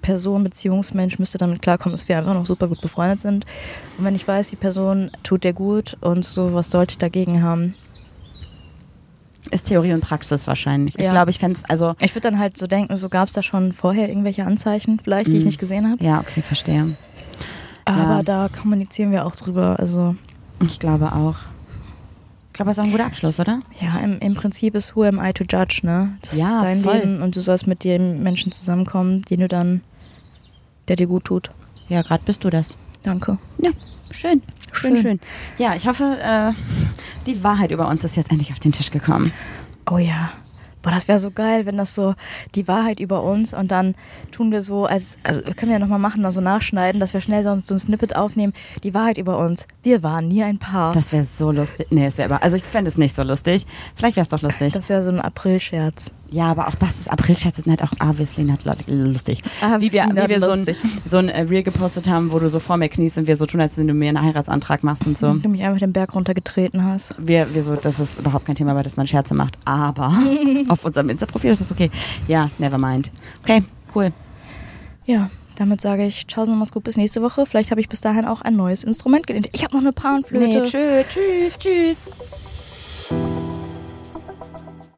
Speaker 1: Person, Beziehungsmensch müsste damit klarkommen, dass wir einfach noch super gut befreundet sind. Und wenn ich weiß, die Person tut dir gut und so, was sollte ich dagegen haben?
Speaker 2: Ist Theorie und Praxis wahrscheinlich. Ich
Speaker 1: Ja.
Speaker 2: glaube, ich fände es, also,
Speaker 1: Ich würde dann halt so denken, so gab es da schon vorher irgendwelche Anzeichen vielleicht, die ich nicht gesehen habe.
Speaker 2: ja, okay, verstehe.
Speaker 1: Aber
Speaker 2: Mhm. Ja.
Speaker 1: da kommunizieren wir auch drüber. Also
Speaker 2: Ich glaube auch. Ich glaube, das ist auch ein guter Abschluss, oder?
Speaker 1: ja, im, im Prinzip ist who am I to judge, ne? Das
Speaker 2: Ja,
Speaker 1: ist dein
Speaker 2: voll.
Speaker 1: Leben und du sollst mit dem Menschen zusammenkommen, den du dann, der dir gut tut.
Speaker 2: Ja, gerade bist du das.
Speaker 1: Danke.
Speaker 2: Ja, schön. Schön,
Speaker 1: Schön.
Speaker 2: schön. Ja, ich hoffe, äh, die Wahrheit über uns ist jetzt endlich auf den Tisch gekommen.
Speaker 1: Oh ja. Boah, das wäre so geil, wenn das so die Wahrheit über uns und dann tun wir so, als, also können wir ja nochmal machen, also nachschneiden, dass wir schnell sonst so ein Snippet aufnehmen. Die Wahrheit über uns. Wir waren nie ein Paar. Das,
Speaker 2: Das wäre so lustig. Nee, es wäre aber, also ich fände es nicht so lustig. Vielleicht wäre es doch lustig.
Speaker 1: wäre so ein April-Scherz.
Speaker 2: Ja, aber auch das ist Aprilscherz ist nicht auch obviously not lo- lustig.
Speaker 1: Obviously
Speaker 2: wie wir,
Speaker 1: not
Speaker 2: wie wir so ein,
Speaker 1: lustig.
Speaker 2: so ein äh, Reel gepostet haben, wo du so vor mir kniest und wir so tun, als wenn du mir einen Heiratsantrag machst und so.
Speaker 1: Wenn du mich einfach den Berg runtergetreten hast.
Speaker 2: Wir, wir so, das ist überhaupt kein Thema, weil das man Scherze macht.
Speaker 1: *laughs*
Speaker 2: Aber auf unserem Insta-Profil ist das okay. Ja, never mind. Okay, cool.
Speaker 1: Ja, damit sage ich, tschau, mach's gut, bis nächste Woche. Vielleicht habe ich bis dahin auch ein neues Instrument gelernt. Ich habe noch eine Panflöte.
Speaker 2: tschüss, tschüss, tschüss.